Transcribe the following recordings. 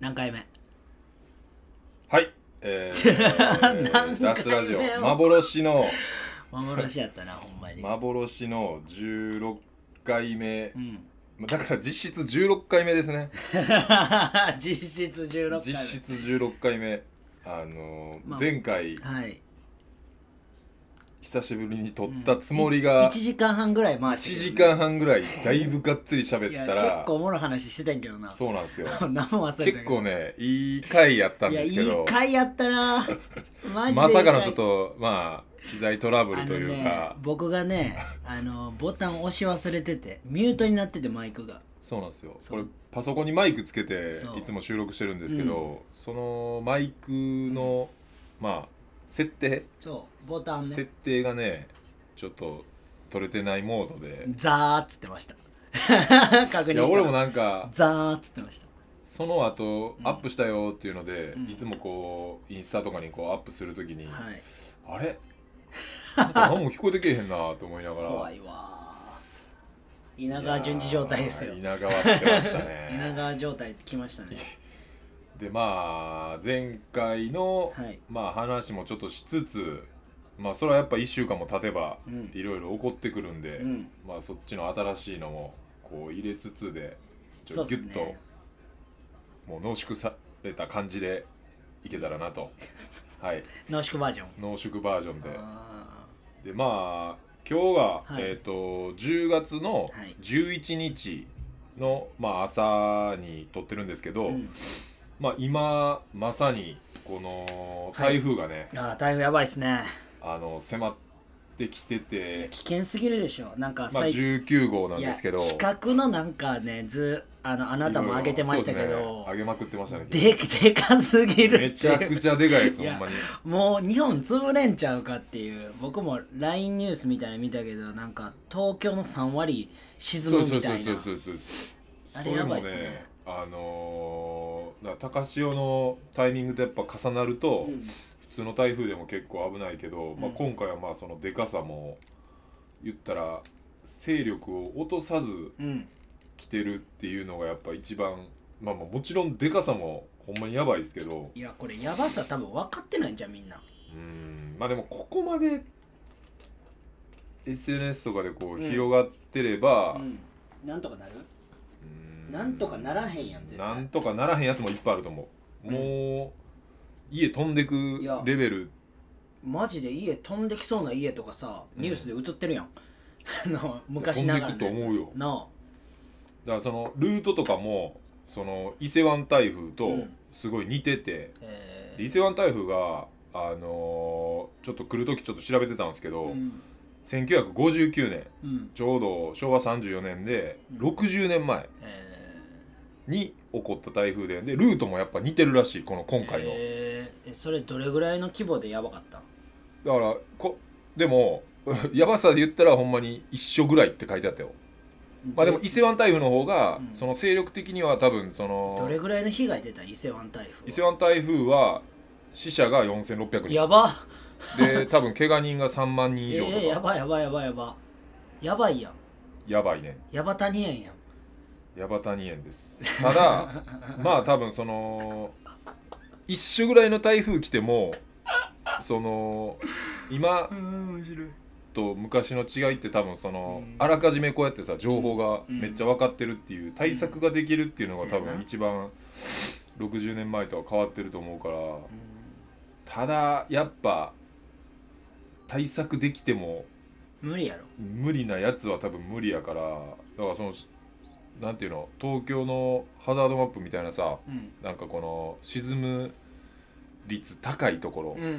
何回目はい。えー 何回目を脱ラジオ幻の幻やったなほんまに、幻の16回目うん だから実質16回目ですね実質16回目実質16回目あのーまあ前回はい久しぶりに撮ったつもりが1時間半ぐらい回1して時間半ぐらいだいぶがっつりい喋っやた結ら構おもろい話してたんやけどなそうなん ですよ何も忘れて結構ねいい回やったんですけいやいいど回やったな マジでまさかのちょっいいとまあ機材トラブル回というあのねか僕がねあのボタン押し忘れててミュートになっててマイクがそうなんですよそこうれパソコンにマイクつけてそういつも収録してるんですけどそのマイクのまあ設定そうボタン設ね定がねちょっと取れてないモードでザーっつってました 確認したいらや俺もなんかザーっつってましたその後うんアップしたよっていうのでうんいつもこうインスタとかにこうアップするときにはいあれなんか何も聞こえてけえへんなと思いながら怖いわー稲川順次状態ですよいやー稲川ってました 稲ね川状態来ましたねでまあ前回の、はいまあ話もちょっとしつつまあそれはやっぱ1週間も経てばうんいろいろ起こってくるんで、うんまあそっちの新しいのもこう入れつつでちそょうっっとギすュッとねもう濃縮された感じでいけたらな とはい濃縮バージョン濃縮バージョンであでまあ今日が、はいえっ、と10月のはい11日の、まあ、朝に撮ってるんですけーど、うんまあ、今まさにこのはい台風がね、いやー台風やばいっすねあの迫ってきてて、危険すぎるでしょなんかまあ、最19号なんですけどいや企画のなんかねずあのあなたも上げてましたけいろいろそうですねど、上げまくってましたねででかすぎるめってちいゃくうちゃでかいですいほやんまにもう日本潰れんちゃうかっていう僕も LINE ニュースみたいなの見たけどなんか東京の3割沈そむうそうみそたういそなうそうそうあそれういうやのばいもっすねねあのー、だから高潮のタイミングとやっぱ重なると、うん普通の台風でも結構危ないけど、まあ、うん今回はまあそのでかさも言ったら勢力を落とさずうん来てるっていうのがやっぱ一番、まあ、まあもちろんでかさもほんまにやばいですけどいやこれやばさ多分分かってないんじゃんみんなうんまあでもここまで SNS とかでこううん広がってれば、うんなんとかなるうんなんとかならへんやん絶対なんとかならへんやつもいっぱいあると思う、うんもう家飛んでくいやレベルマジで家飛んできそうな家とかさニュースで映ってるやん、 あの昔飛んでなくがらのと思うよなあだからそのルートとかもその伊勢湾台風うとんすごい似てて、え伊勢湾台風があのーちょっと来る時ちょっと調べてたんですけど、うん1959年うんちょうど昭和34年でうん60年前えに起こった台風ででルートもやっぱ似てるらしいこのー今回の、えーえそれどれぐらいの規模でやばかっただからこでも やばさで言ったらほんまに一緒ぐらいって書いてあったよまあでも伊勢湾台風の方が、うんその勢力的には多分そどのれぐらいの被害出た伊勢湾台風は伊勢湾台風は死者が4600人やばで多分怪我人が3万人以上とか、えー、やばいやばいやばいやばいやばいやんやばいねやば谷園やんヤバタニ園ですた だまあ多分その一緒ぐらいの台風来てもその今ん面白いと昔の違いって多分その、うんあらかじめこうやってさ情報がめっちゃ分かってるっていう、対策ができるっていうのが多そうや分な一番60年前とは変わってると思うからただやっぱ対策できても無理やろ無理なやつは多分無理やからだからそのしなんていうの東京のハザードマップみたいなさうんなんかこの沈む率高いところうんうんう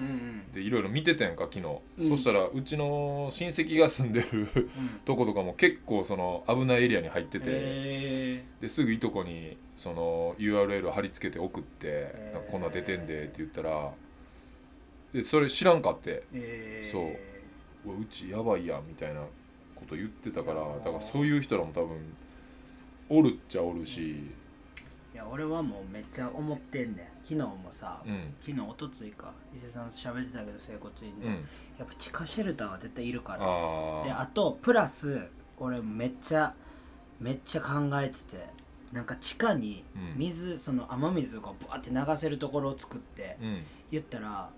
んでいろいろ見てたやんか昨日、うんそしたらうちの親戚が住んでるうんとことかも結構その危ないエリアに入ってて、えですぐいとこにその URL 貼り付けて送って、へーなんかこんなん出てんでって言ったらでそれ知らんかってー、えー、そううわうちやばいやんみたいなこと言ってたかいらやーだからそういう人らも多分おるっちゃおるしいや俺はもうめっちゃ思ってんねん昨日もさ、うん昨日おとついか伊勢さん喋ってたけど整骨院で、うんやっぱ地下シェルターは絶対いるからでああとプラス俺めっちゃめっちゃ考えててなんか地下にうん水、その雨水とかをバーって流せるところを作って、うん言ったら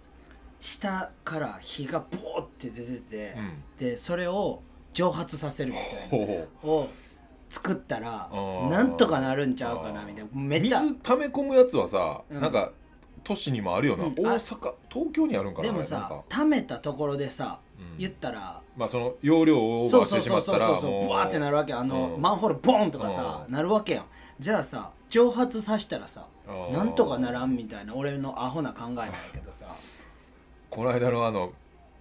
下から火がボーって出てて、うんでそれを蒸発させるみたいなほうほうを作ったらあーなんとかなるんちゃうかなみたいなめっちゃ水溜め込むやつはさ、うんなんか都市にもあるよな、うん大阪東京にあるんかなでもなんさか溜めたところでさうん言ったら、まあその容量をオーバそーうしそてうしそまうったそうらそうそうもうブワーってなるわけあの、うんマンホールボーンとかさ、うんなるわけやんじゃあさ蒸発させたらさあーなんとかならんみたいな俺のアホな考えなんやけ どさこの間のあの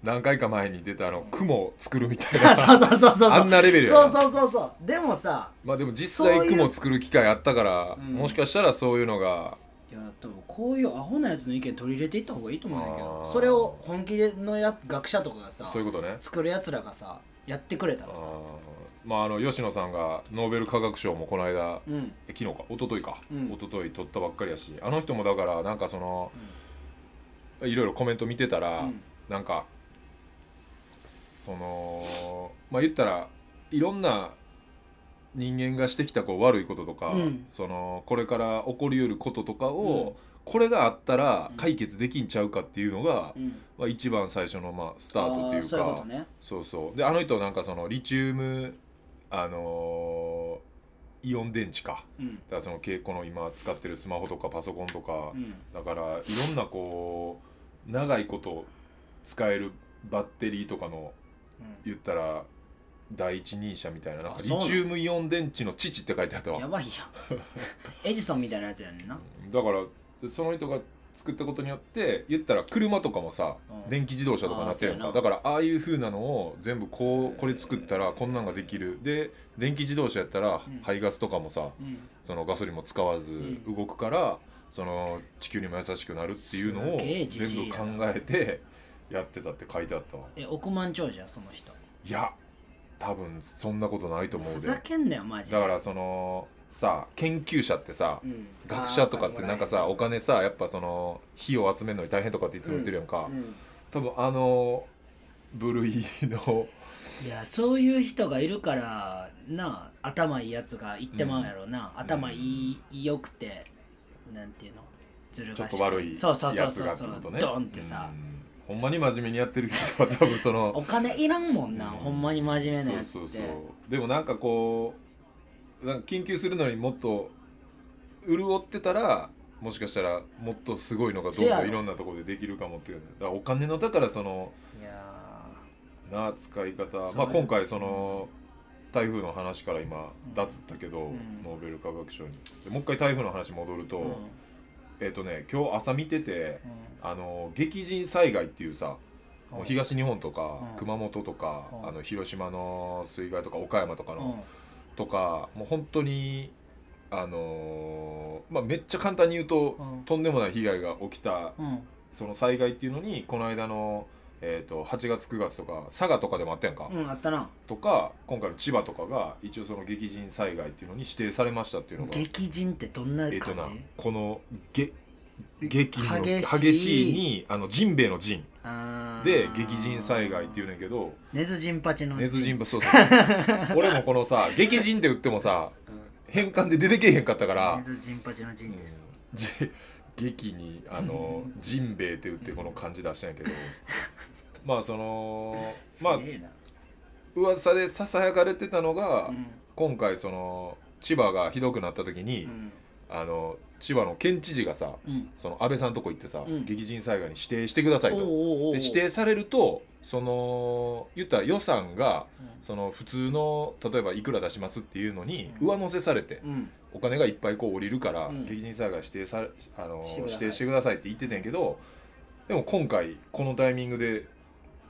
何回か前に出たあの雲を作るみたい なそうそうそうそうあんなレベルそやなうそうそうそうでもさまあでも実際そういう雲を作る機会あったからうんもしかしたらそういうのがいや多分こういうアホなやつの意見取り入れていった方がいいと思うんだけどあーそれを本気でのや学者とかがさそういうことね作るやつらがさやってくれたあらさーまああの吉野さんがノーベル化学賞もこの間うんえ昨日か一昨日か、うん一昨日取ったばっかりやしあの人もだからなんかその、いろいろコメント見てたら、うんなんかそのまあ言ったらいろんな人間がしてきたこう悪いこととか、うんそのこれから起こりうることとかを、うんこれがあったらうん解決できんちゃうかっていうのが、うんまあ、一番最初のまあスタートってあいーうかそういうことねそうそうであの人なんかそのリチウムあのーイオン電池かうんだからそのけこの今使ってるスマホとかパソコンとか、うんだからいろんなこう長いこと使えるバッテリーとかの言ったら第一人者みたいななんかあそうなリのチウムイオン電池の父って書いてあったうわんやばい やんエジソンみたいなやつやねんなだからその人が作ったことによって言ったら車とかもさ、うん電気自動車とかなってるやんあーかそだうからああいう風なのを全部こへーうこれ作ったらこんなんができるで電気自動車やったらうん排ガスとかもさ、うんそのガソリンも使わずん動くから、その地球にも優しくなるっていうのをすげえ全じじい部や考なえてやってたって書いてあったわえ億万長者その人いや多分そんなことないと思ふうでざけんなよマジでだからそのさ研究者ってさ、うん学者とかってなんかさおあー金さやっぱその費用集めるのに大変とかっていつも言ってるやんか、うん多分あの部類のいやそういう人がいるからなあ頭いいやつが言ってまうんやろな、頭いい、良くてなんていうのずるちょ賢っと悪いやつそうそがうっそうそうてことねドンってさ、うんほんまに真面目にやってる人は多分そのお金いらんもんな、うんほんまに真面目なそうやつってそうそうでもなんかこうなんか研究するのにもっと潤ってたらもしかしたらもっとすごいのがどせんやどろんいろんなところでできるかもっていうだからお金のだからそのいやなあ使い方そうまあ今回その台風の話から今うん脱ったけど、んノーベル化学賞にでもう一回台風の話戻ると、ーうんえっ、とね今日朝見ててあの激甚災害っていうさうんもう東日本とかうん熊本とか、うんあの広島の水害とか岡山とかうの、んとかもう本当にあのーまあめっちゃ簡単に言うと、うんとんでもない被害が起きたうんその災害っていうのにこの間の、えー、と8月9月とか佐賀とかでもあったやんか、うん、あったなとか今回の千葉とかが一応その激甚災害っていうのに指定されましたっていうのが激人ってどんなえ感っじ、となこのげ激の激し激いしいにあのジンベエのジンあーで激甚災害っていうねんけどネズジンパチのネズジンそうそうそう俺もこのさ激甚って打ってもさ変換で出てけえへんかったかかららネ、ズジンパチのジンです、うんじ 劇に あのジンベエって打ってこの漢字出したんやけどまあそのまあすげえな、噂でささやかれてたのが、うん今回その千葉がひどくなった時に、うんあの千葉の県知事がさうんその安倍さんとこ行ってさ、うん激甚災害に指定してくださいおうと。おうおうで指定されるとその言ったら予算がその普通の例えばいくら出しますっていうのにうん上乗せされてうんうんお金がいっぱいこう降りるから、うん激甚災害指定されあのしてください指定してくださいって言ってたんやけどでも今回このタイミングで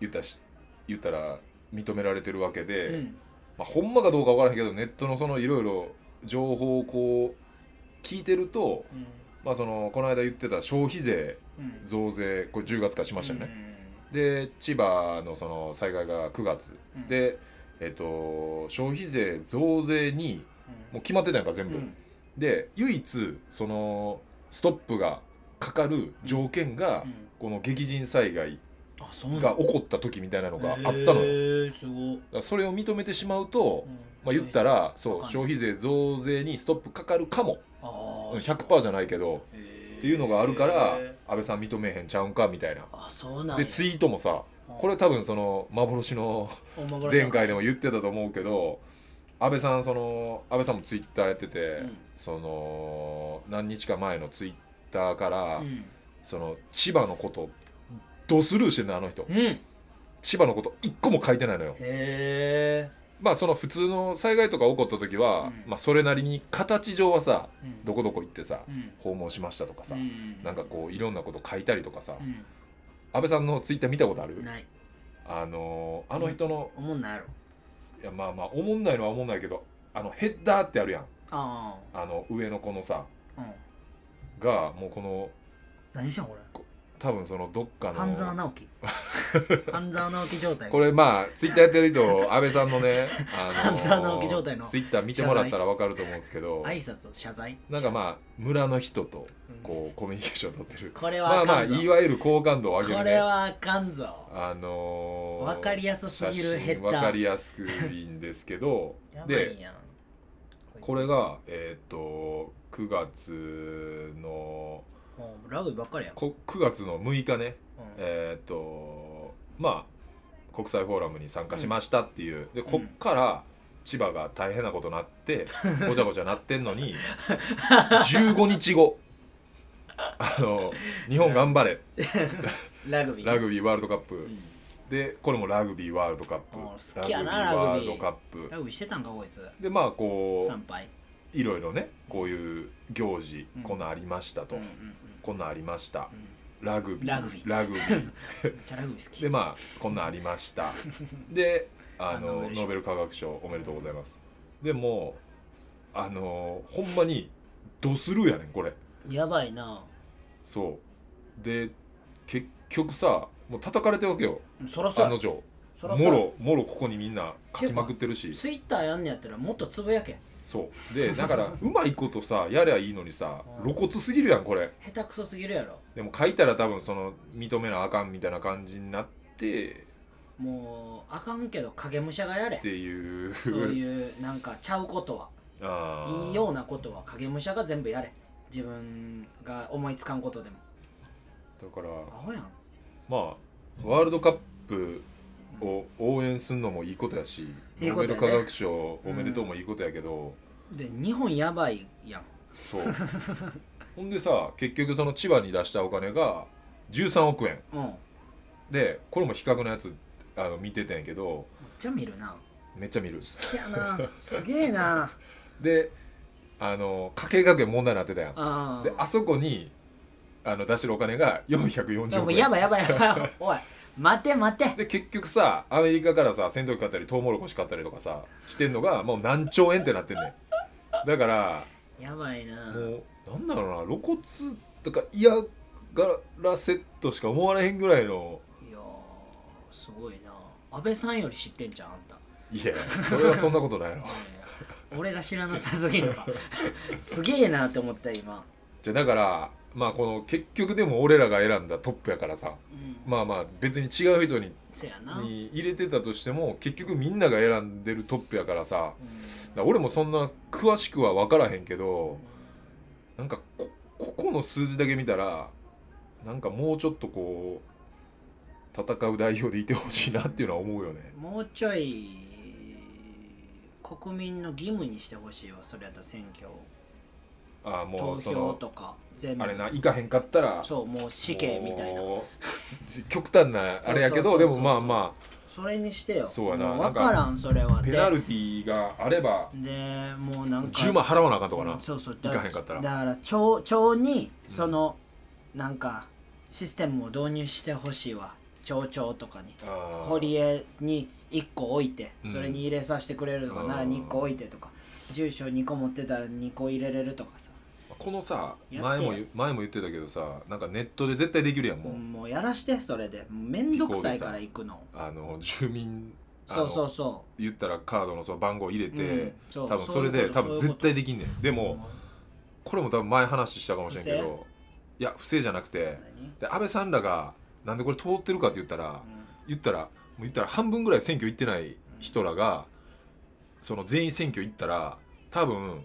言ったらし言ったら認められてるわけで、うんまあ、ほんまかどうかわからへんけどネットのそのいろいろ情報をこう聞いてると、うんまあ、そのこの間言ってた消費税うん増税これ10月からしましたよね。うで千葉のその災害が9月、うんで、えっと消費税増税にんもう決まってたやんか全部、うんで唯一そのストップがかかる条件が、うんこの激甚災害あそうなんが起こった時みたいなのがあったのへよ。ーすごいだからそれを認めてしまうと、まあ、言ったららそうはい消費税増税にストップかかるかもあー100%じゃないけどっっていうのがあるからえ安倍さん認めへんちゃうんかみたいな。ーあそうなんでやツイートもさこれ多分その幻のお守りさん前回でも言ってたと思うけど安倍さんその安倍さんもツイッターやってて、うんその何日か前のツイッターから、うんその千葉のことドスルーしてんのあの人うんへ千葉のこと一個も書いてないのよえまあその普通の災害とか起こった時うは、んまあそれなりに形上はさうんどこどこ行ってさうん訪問しましたとかさ、うんなんかこういろんなこと書いたりとかさ、う安倍さんのツイッター見たことある、んないあのーあの人の、おもんないやろいやまあまあ思んないのは思んないけどあのヘッダーってあるやんああの上の子のさあうんがもうこの何したんこれ多分そのどっか半沢の直 樹半沢直樹状態これまあツイッターやってる人安倍さん のねあの半沢直樹状態のツイッター見てもらったら分かると思うんですけど挨拶謝罪なんかまあ村の人とうんこうコミュニケーションを取ってるこれまはああまかあんぞいわゆる好感度を上げこるれねはあかんぞあのーわかりやすすぎるヘッダー写真わかりやすくいいんですけどやばでいやんこれがえっ、と9月のもうラグビーばっかりやんこ9月の6日ねうんえっ、とまあ国際フォーラムに参加しましたっていう、でこっから千葉が大変なことな って、ごちゃごちゃなってんのに15日後あの日本頑張れラグビーラグビーワールドカップ、うんでこれもラグビーワールドカッおプー好きやなワラーグルビードカップラグビーしてたんかこいつでまあこ参拝ういろいろねこういう行事、うんこんなんありましたと、うんうん うんこんなんありましたうラグビーラグビーラグビーんめっちゃラグビー好きでまあこんなんありました でああのノーベル賞ノーベル化学賞おめでとうございますでもあのほんまにドスルーやねんこれやばいなそうで結局さもう叩かれてるわけよそらそ案うのや定そらそうもやろもろここにみんな書きまくってるしツイッターやんねやったらもっとつぶやけそうでだからうまいことさやりゃいいのにさ うん露骨すぎるやんこれ下手くそすぎるやろでも書いたら多分その認めなあかんみたいな感じになってもうあかんけど影武者がやれっていうそういうなんかちゃうことは あーいいようなことは影武者が全部やれ自分が思いつかんことでもだからアホやんまあワールドカップを応援するのもいいことやし、いいノーこベとやねル化学賞おめでとうもいいことやけど、で日本やばいやんそう ほんでさ結局その千葉に出したお金が13億円うんめっでこれも比較のやつあの見てたんやけどちゃ見るなめっちゃ見るいやなすげえな であの家計学園問題になってたやんあであそこにあの出してるお金がで440も億や円ばいやばいやばい おい待て待てで結局さアメリカからさ戦闘機買ったりトウモロコシ買ったりとかさしてんのがもう何兆円ってなってんねんだからやばいなもうなんだろうな露骨とか嫌がらせとしか思われへんぐらいのいやーすごいな安倍さんより知ってんじゃんあんたいやそれはそんなことないの俺が知らなさすぎる わすげえなって思った今、じゃあだからまあこの結局でも俺らが選んだトップやからさうん、まあまあ別に違う人にせやな、うんに入れてたとしても結局みんなが選んでるトップやからさだから俺もそんな詳しくは分からへんけどなんかこここの数字だけ見たらなんかもうちょっとこう戦う代表でいてほしいなっていうのは思うよねもうちょい国民の義務にしてほしいわそれやったら選挙をああも投うそ票のとか全部あれな行かへんかったらそうもう死刑みたいなもうじ極端な あれそやけどうそうそうそうでもまあまそれにしてよそうやなもなん分かからんそれはあでペナルティーがあればでもうなんか10万払わなあかんとかなそうそう行かへんかったらだから町町にその、なんかシステムを導入してほしいわ町長とかにあー堀江に1個置いてうんそれに入れさせてくれるとか、うんなら2個置いてとか住所2個持ってたら2個入れれるとかさこのさやって前も言う前も言ってたけどさなんかネットで絶対できるやんもう、もうやらしてそれでもうめんどくさいから行くのあの住民あそのうそうそ言ったらカードのその番号入れう、て、うんう多分それでういうこ多と分そういう絶こと対できんねんでもこれも多分前話したかもしれんけどいや不正じゃなくて何で安倍さんらがなんでこれ通ってるかって言ったら言ったらもう言ったら半分ぐらい選挙行ってない人らがその全員選挙行ったら多分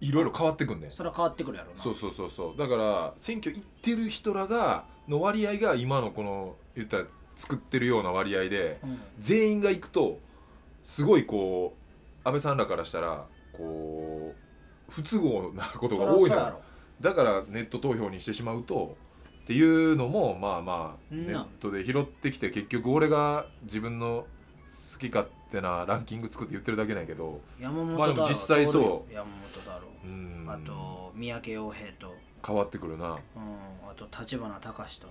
いろいろ変わってくんねんそれは変わってくるやろなそうそうそうそうだから選挙行ってる人らがの割合が今のこの言ったら作ってるような割合でうん全員が行くとすごいこう安倍さんらからしたらこう不都合なことが多そらそういのやよろだからネット投票にしてしまうとっていうのもまあまあうんネなットで拾ってきて結局俺が自分の好き勝手なランキング作って言ってるだけなんやけど山本まあで太も郎実際そうおるよ山本だろうんあと三宅洋平と、変わってくるなうん、あと立花隆と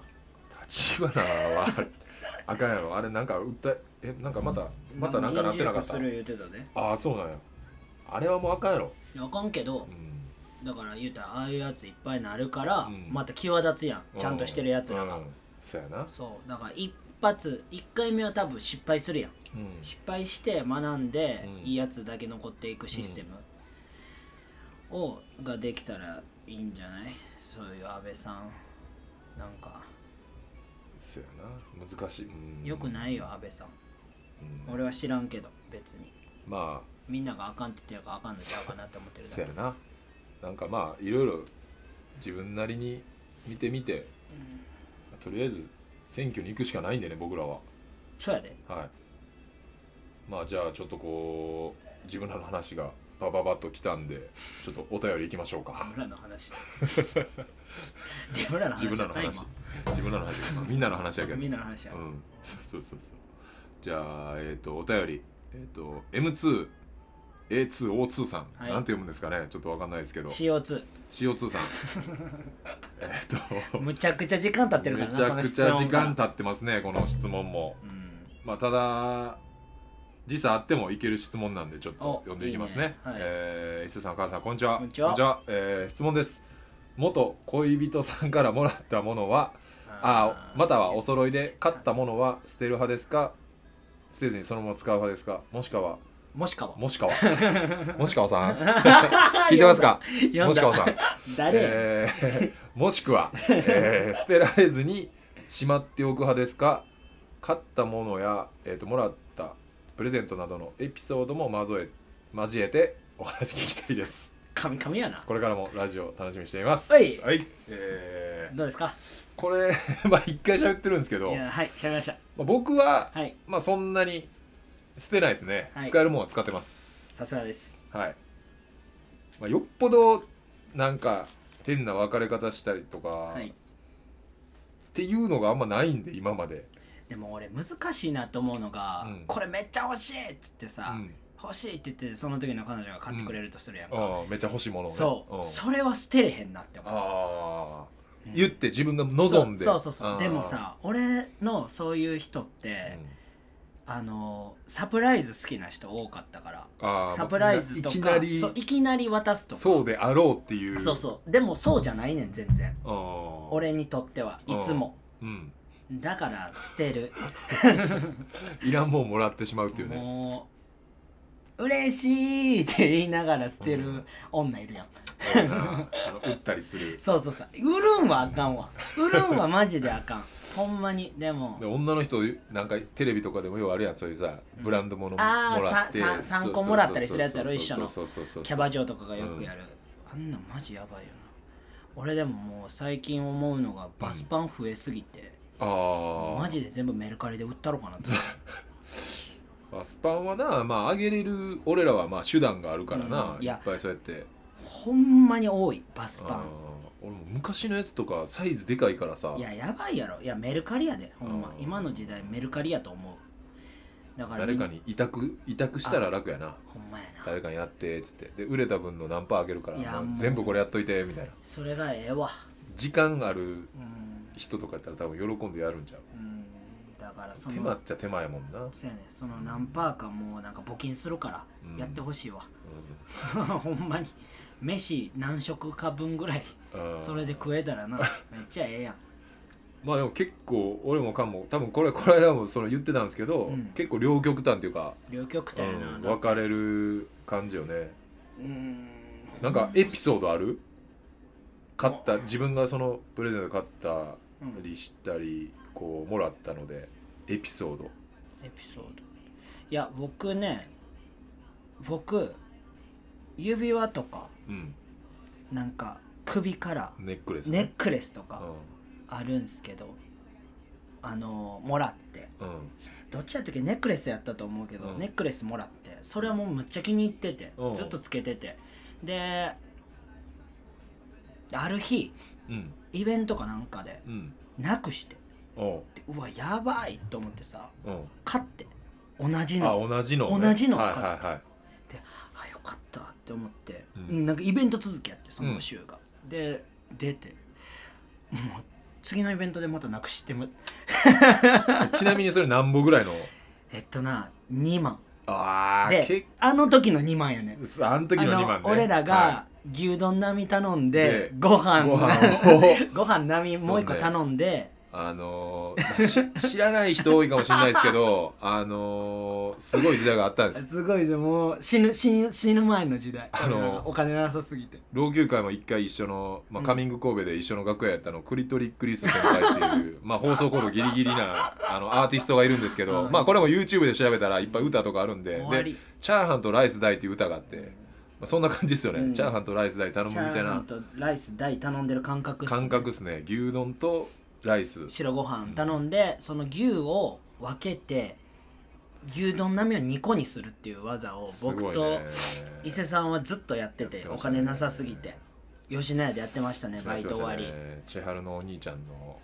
立花はあかんやろあれなんか訴ええなんかまたまたなんかなってなかった議員辞職する言うてたでああそうなんやあれはもうあかんやろいやあかんけどうんだから言うたらああいうやついっぱいなるから、うんまた際立つやんちゃんとしてるやつらが、うんそうやなそうだから一発一回目は多分失敗するやんうん失敗して学んで、うんいいやつだけ残っていくシステムを、ができたらいいんじゃないそういう安倍さんなんかそうやな難しいうんよくないよ安倍さんうん俺は知らんけど別にまあみんながあかんって言ってるからあかんのちゃうかなって思ってるだそけうやななんかまあいろいろ自分なりに見てみて、とりあえず選挙に行くしかないんでね僕らはそうやではいまあじゃあちょっとこう自分らの話がバババッと来たんでちょっとお便り行きましょ うか自分らの 話自分らの話自分らの話自分らの話まあみんなの話やけ今どみんなの話や、うん、そうそうそうそうじゃあえっ、とお便りえっ、と M2A2O2 さん、はいなんて読むんですかねちょっとわかんないですけど CO2 CO2 さんえっとむちゃくちゃ時間経ってるからめなちゃくちゃ時間経経ってますねこの質問もうんまあただ時差あってもいける質問なんでちょっおと読んでいきますねいいねはいえー伊勢さんお母さんこんにちはこんにちはえー質問です元恋人さんからもらったものはあーまたはお揃いで買ったものは捨てる派ですか捨てずにそのまま使う派ですかもしかはもしかはもしかは もしかはさん聞いてますか読んだもしかはさん誰、えーもしくは、えー捨てられずにしまっておく派ですか買ったものや、えー、ともらったプレゼントなどのエピソードも交え交えてお話聞きたいです神々やなこれからもラジオ楽しみにしていますはいえーどうですかこれ まあ一回喋ってるんですけいど、まやはい喋りましたあ、僕は、はいまあそんなに捨てないですね、はい使えるものは使ってますさすがですはい、まあ、よっぽどなんか変な別れ方したりとか、はいっていうのがあんまないんで今まで、でも俺難しいなと思うのが、うんこれめっちゃ欲しいっつってうさ、ん、欲しいって言ってその時の彼女が買ってくれるとするやんか、ああめっちゃ欲しいものをねそう、んそれは捨てれへんなって思うああ、うん言って自分が望んでそうそうそうそうああでもさ俺のそういう人っうんて、あのサプライズ好きな人多かったからああサプライズとかいきなりそういきなり渡すとかそうであろうっていうそうそうでもそうじゃないねん全然ああ俺にとってはいつもうんだから捨てるいらんもんもらってしまうっていうねもう嬉しいって言いながら捨てる女いるやん、あるなあの打ったりするそうそうそう売るんはあかんわ売るんはマジであ かんほんまにでもで女の人なんかテレビとかでもようあるやんそういうさブランドものもああらってささんそうさんこもらったりするやつやろそう一緒のそうそうそうそうキャバ嬢とかがよくやる、あんなんマジやばいよな俺でももう最近思うのがバスパン増えすぎて、ああマジで全部メルカリで売ったろかなってまあ、スパンはなまあ上げれる俺らはまあ手段があるからな、うんいいやっぱいそうやってほんまに多いバスあパー俺も昔のやつとかサイズでかいからさンいややばいやろいやメルカリやでほんまうん今の時代メルカリやと思うだから誰かに委託委託したら楽やなほんまやな誰かにやってっつってで売れた分の何パーあげるからいやもうもう全部これやっといてみたいなそれがええわ時間あうるん、人とかやったら多分喜んでやるんちゃううん、だからそ手間のっちゃ手間やもんな、うんそうやねその何パーかもうなんか募金するからうんやってほしいわ、 ほんまに飯何食か分ぐらいうんそれで食えたらなめっちゃええやんまあでも結構俺もかも多分これこの間もその言ってたんですけど、うん結構両極端っていうか、両極端うやな、ん、だ分かれる感じよねうんなんかエピソードある買った自分がそのプレゼント買ったりしたり、ここうもらったのでエピソードエピソードいや僕ね僕指輪とかうんなんか首からネックレスネックレスとうかあるんすけど、あのもらってんうんどっちやったっけネックレスやったと思うけど、うんネックレスもらってそれはもうむっちゃ気に入ってて、うんずっとつけててである日うんイベントかなんかでうんなくしておうでうわやばいと思ってさうん買って同じあの同じのね、同じのはいはいはいあよかったって思って、うんなんかイベント続きやってその週が、で出てもう次のイベントでまたなくしてもちなみにそれ何本ぐら いのえっとな2万ああであの時の2万やねあの時の2あ番ね俺らはが牛丼並み頼んででごい飯ご飯を ご飯並みもう一個頼んで あのーし知らない人多いかもしれないですけどあのーすごい時代があったんですすごいじゃもう死ぬ死ぬ死ぬ前の時代あの俺らがお金なさすぎて老朽会も一回一緒の、まあ、うんカミング神戸で一緒の楽屋やったの、クリトリックリス先輩って いうまあ放送コードギリギリなあのアーティストがいるんですけど、うんまあこれも YouTube で調べたらいっぱい歌とかあるんで終わでり「チャーハンとライス大」っていう歌があって、まあ、そんな感じですよね、うんチャーハンとライス大頼むみチたャいーハなンとライス大頼んでる感覚っすね感覚ですね牛丼とライス白ご飯頼んでその牛を分けて牛丼並みを2個にするっていう技をすご僕いとね伊勢さんはずっとやっててやっておましたね金なさすぎて吉野家でやってましたねバイト終わり千春のお兄ちゃんの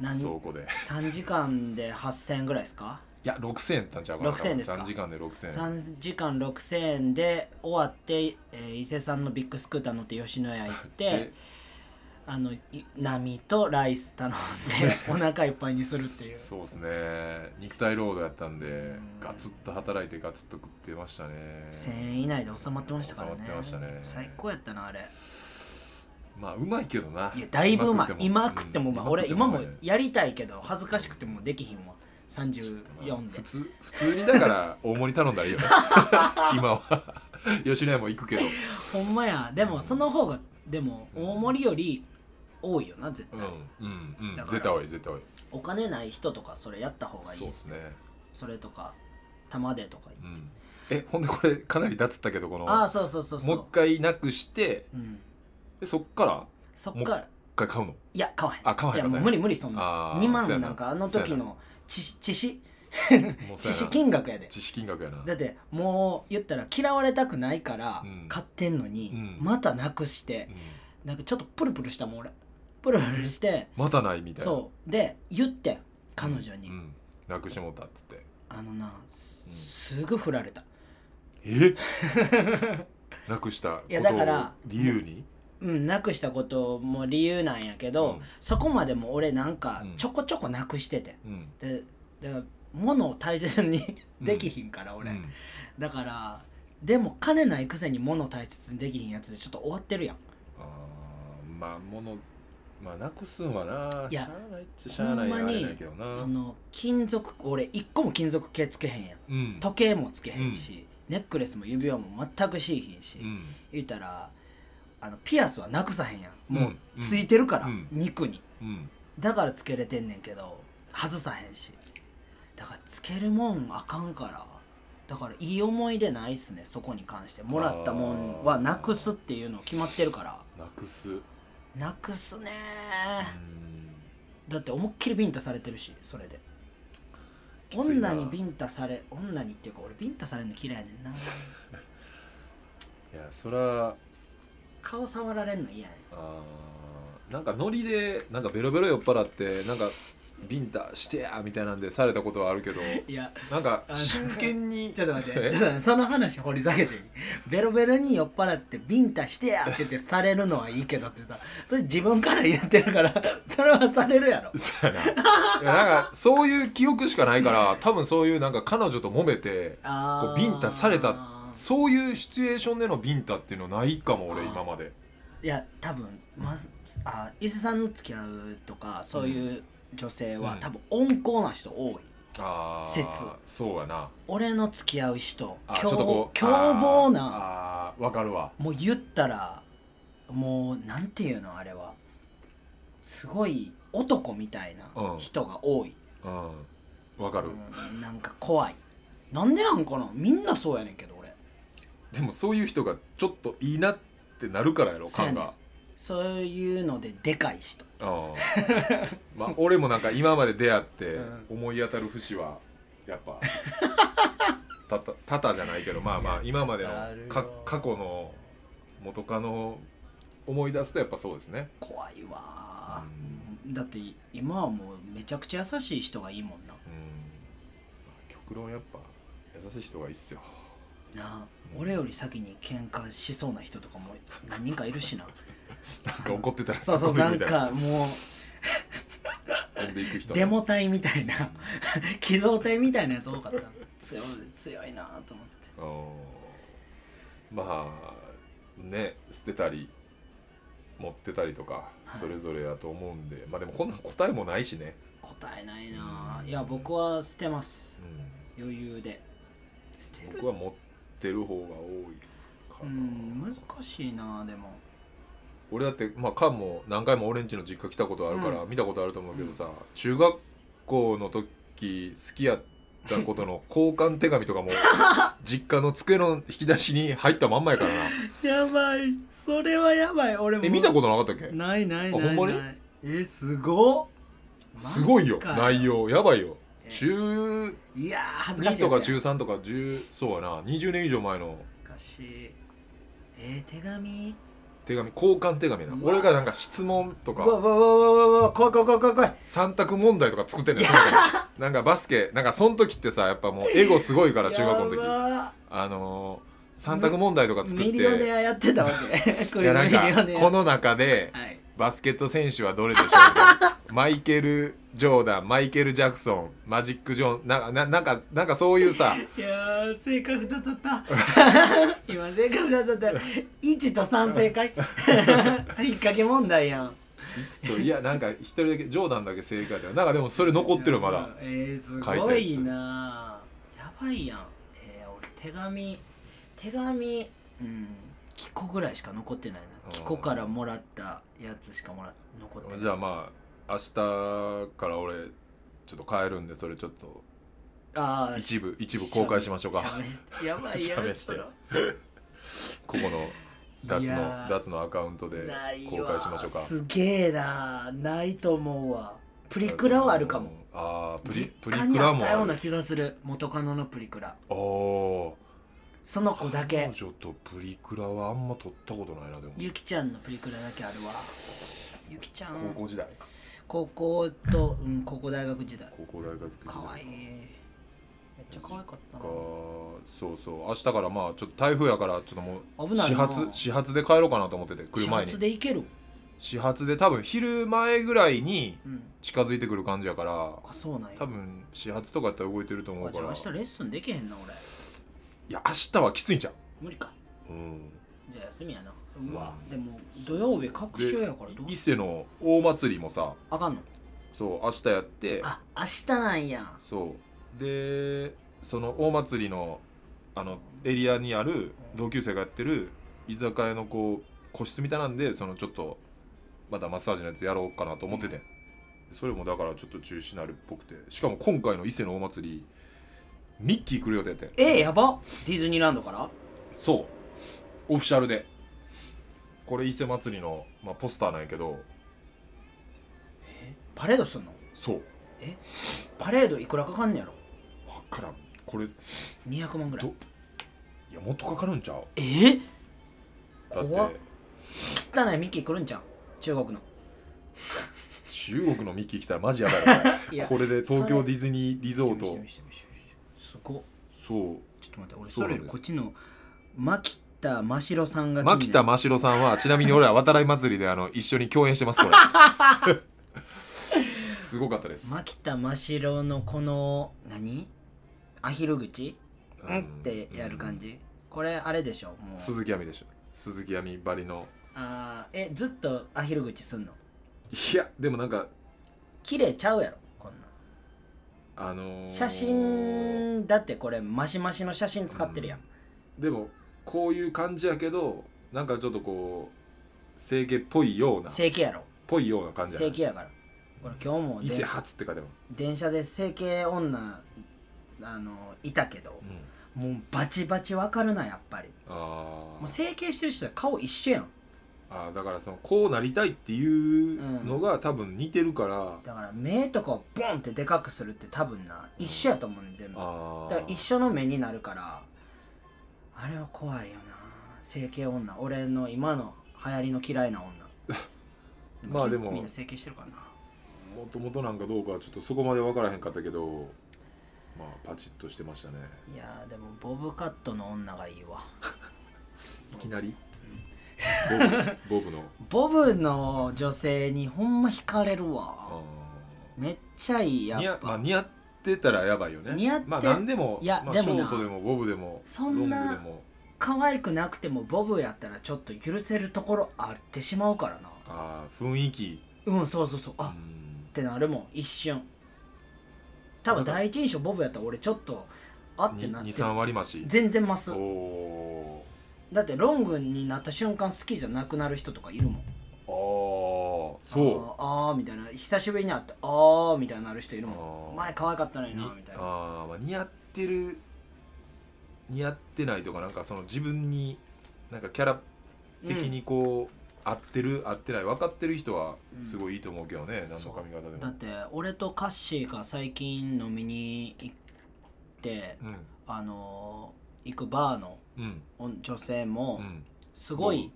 何倉庫で3時間で8000円ぐらいですかいや6000円やったんちゃうかな6000円ですか3時間で6000円3時間6000円で終わって、えー伊勢さんのビッグスクーター乗って吉野家行ってであのい波とライス頼んでお腹いっぱいにするっていうそうですね肉体労働やったんでガツッと働いてガツッと食ってましたね1000円以内で収まってましたからね収まってましたね最高やったなあれまあうまいけどないやだいぶうまい今食ってもうまい俺今も食ってうまいねやりたいけど恥ずかしくてもうできひんわまあ34で普通普通にだから大盛り頼んだらいい よね今は吉野家も行くけどほんまやでもその方がでも大盛りより多いよな絶う対、んうんうんだから絶対多い絶対多いお金ない人とかそれやった方がいいそうっですすねそれとか玉でとかうんえほんでこれかなり脱ったけどこのああそうそうそうそもうう一回なくしてうん、でそっからそっから一回買うのいや買わへんあ買わへんいやかったもう無理無理そんなあ2ーそうや万ななんかあの時の知知識もう知そう識やな金額やで知識金額やなだってもう言ったら嫌われたくないからうん買ってんのに、うんまたなくしてうんなんかちょっとプルプルしたもん俺プルプルしてまたないみたいなそうで言ってん彼女に、うんなくしてもうたっ つってあのなすぐ振られたえなくしたこいやだかとをら理由にうんなくしたことも理由なんやけど、うんそこまでも俺なんかうんちょこちょこなくしててうんでで物を大切にできひんから俺、うんだからでも金ないくせに物を大切にできひんやつでちょっと終わってるやんあーまあものまあなくすんはないしやゃあないっちゃしゃあないほんまあにれないけどなその金属俺一個も金属系つけへんやんうん時計もつけへんし、ネックレスも指輪も全くしいひんし、うん言うたらあのピアスはなくさへんやんうんもううついてるから、うん肉にうんだからつけれてんねんけど外さへんしだからつけるもんあかんからだからいい思い出ないっすねそこに関してもらったもんはなくすっていうの決まってるからなくすうんなくすねーだって思いっきりビンタされてるしそれできついな女にビンタされ女にっていうか俺ビンタされるの嫌いやねんないやそら顔触られんの嫌やねあーなんかノリでなんかベロベロ酔っ払ってなんかビンタしてやみたいなんでされたことはある けどんいやなんかあの真剣に ちょっと待って、ちょっと待ってその話掘り下げていいベロベロに酔っ払ってビンタしてやって言ってされるのはいいけどってさ、それ自分から言ってるから、それはされるやろ。 そうやないやなんかそういう記憶しかないから多分そういうなんか彼女と揉めてあこうビンタされたそういうシチュエーションでのビンタっていうのないかも俺あー今までいや、多分、まず、あ、伊勢さんの付き合うとか、そういう女性は、うん多分温厚な人多い。あー説そうやな俺の付き合う人、あーちょっと凶こう凶暴な、あーあーわかるわもう言ったら、もう、なんていうの、あれは。すごい男みたいな人が多い、うんわかる、うんなんか怖いなんでなんかなみんなそうやねんけど俺でもそういう人がちょっといいなってなるからやろそうや感ねが、そういうのででかい人うん まあ俺もなんか今まで出会って思い当たる節はやっぱ たたたたじゃないけどまあまあ今までのあるよか過去の元カノを思い出すとやっぱそうですね怖いわだって今はもうめちゃくちゃ優しい人がいいもんなうんまあ極論やっぱ優しい人がいいっすよ なあ俺より先に喧嘩しそうな人とかも何人かいる しななんか怒ってたらすそうそうごいなみんたいなかも飛んでいく人うデモ隊みたい な機動隊みたいなやつ多かった強い強いなあと思ってうんまあね捨てたり持ってたりとかはいそれぞれやと思うんで、まあでもこんなん答えもないしね、答えないなあいや僕は捨てますう余裕で捨てん、る僕は持ってる方が多いかうな、ん難しいなあでも俺だってまあカンも何回も俺んちの実家来たことあるから、う見たことあると思うけどさ、中学校の時好きやったことの交換手紙 とかも実家の机の引き出しに入ったまんまやからなやばいそれはやばい俺もえ見たことなかったっけないないないあほんまにないえすごっすごいよマジか内容やばいよえ中いやー恥ずかしいや2とつやか中3とか10そうやな20年以上前の恥ずかしいえー、手紙手紙交換手紙なうわ俺がなんか質問とうわかうわうわうわうわ怖い怖い怖い怖い怖い三択問題とか作ってんねんその時なんかバスケなんかその時ってさやっぱもうエゴすごいから中学校のや時ばあのー三択問題とかー作ってミリオネアやってたわけ こいやなんミリオかネアこの中ではいバスケット選手はどれでしょうかマイケル・ジョーダンマイケル・ジャクソンマジック・ジョーンなななんかなんかそういうさいやー正解2つあった 今正解2つあった1と3正 解 引っ掛け問題やんちょっといやなんか一人だけジョーダンだけ正解だよなんかでもそれ残ってるまだえー、すごいなやばいやんえー、俺手紙手紙うんキコぐらいしか残ってないあなーキコからもらったやつしかもらっ残ってないじゃあまあ明日から俺ちょっと帰るんでそれちょっとあー一部一部公開しましょうかしゃべしやばいしやゃばべいしてここのい脱やのー脱のアカウント でないわ公開しましょうかすげえなないと思うわプリクラはあるかもあープリ実プ家リクにラあっもたようあなる気がする元カノのプリクラおおその子だけ彼女とプリクラはあんま撮ったことないなでもゆきちゃんのプリクラだけあるわゆきちゃん高校時代高校と、うん、高校大学時代高校大学時代かわいいめっちゃ可愛かったかなそうそう明日からまあちょっと台風やからちょっとも危うない始な発始発で帰ろうかなと思ってて来る前始に発で行ける始発で多分昼前ぐらいにうん近づいてくる感じやからあそうなんや多分始発とかやったら動いてると思うあじかゃあ明らい日レッスンできへんな俺や明日はきついんちゃ無理かう、うん、じゃあ休みやなうわうんでも土曜日各週やからどう伊勢の大祭りもさあかんのそう明日やってあ明日なんやそうでその大祭りのあのエリアにある同級生がやってる居酒屋のこう個室みたいなんでそのちょっとまたマッサージのやつやろうかなと思ってて、それもだからちょっと中止になるっぽくてしかも今回の伊勢の大祭りミッキー来る予定やってんえー、やばディズニーランドからそうオフィシャルでこれ伊勢祭りの、まあ、ポスターなんやけどパレードすんのそうパレードいくらかかんねやろわからんこれい200万ぐらいどやもっとかかるんちゃうえー、だっ怖って汚いミッキー来るんじゃん中国の中国のミッキー来たらマジやばいよね いやこれで東そ京れディズニーリゾート見して見して見して見してすごっそちょっと待って、俺そそうなれんよりですこっちの牧田真城さんがう気になる牧田真城さんはちなみに俺ら渡来祭りであの一緒に共演してますこ れすごかったです、牧田真城のこの何アヒル口ううんってやる感じ、これあれでしょもう鈴木亜美でしょ鈴木亜美ばりのあーえずっとアヒル口すんのいやでもなんか綺麗ちゃうやろこんなんあのー写真だってこれマシマシの写真使ってるやん、でもこういう感じやけどなんかちょっとこう整形っぽいようなっ整形やろぽいような感じや整な形やから俺今日も伊電勢初って書いてある電車で整形女あのいたけどう、んもうバチバチわかるなやっぱりあもうー整形してる人は顔一緒やんあーだからそのこうなりたいっていうのが多分似てるから、だから目とかをボンってでかくするって多分な一緒やと思うねん全部だかあら一緒の目になるからあれは怖いよな整形女俺の今の流行りの嫌いな女 まあでもみんな整形してるからなもともとなんかどうかはちょっとそこまで分からへんかったけどまあパチッとしてましたねいやーでもボブカットの女がいいわいきなりボブボ ブのボブの女性にほんま惹かれるわあめっちゃいいーや似っ合ぱまあ、似合ってたらやばいよね似合ってまあ何でもいやまあ、でもなショートでもボブでもそんなロングでも可愛くなくてもボブやったらちょっと許せるところあってしまうからなあー雰囲気うんそうそうそうあ、うっんてなるもん一瞬多分第一印象ボブやったら俺ちょっとあってなって23割増し全然増すおおだってロングになった瞬間好きじゃなくなる人とかいるもんああそあーあーみたいな久しぶりに会ってあーみたいになる人いるもんあーお前可愛かったのうにになあみたいなー、まあ、似合ってる似合ってないとかなんかその自分になんかキャラ的にこう、合ってる合ってない分かってる人はうんすごいいいと思うけどね、何そのう髪型でだっも。て俺とカッシーが最近飲みに行ってうんあのー行くバーのうん女性も、うんすごい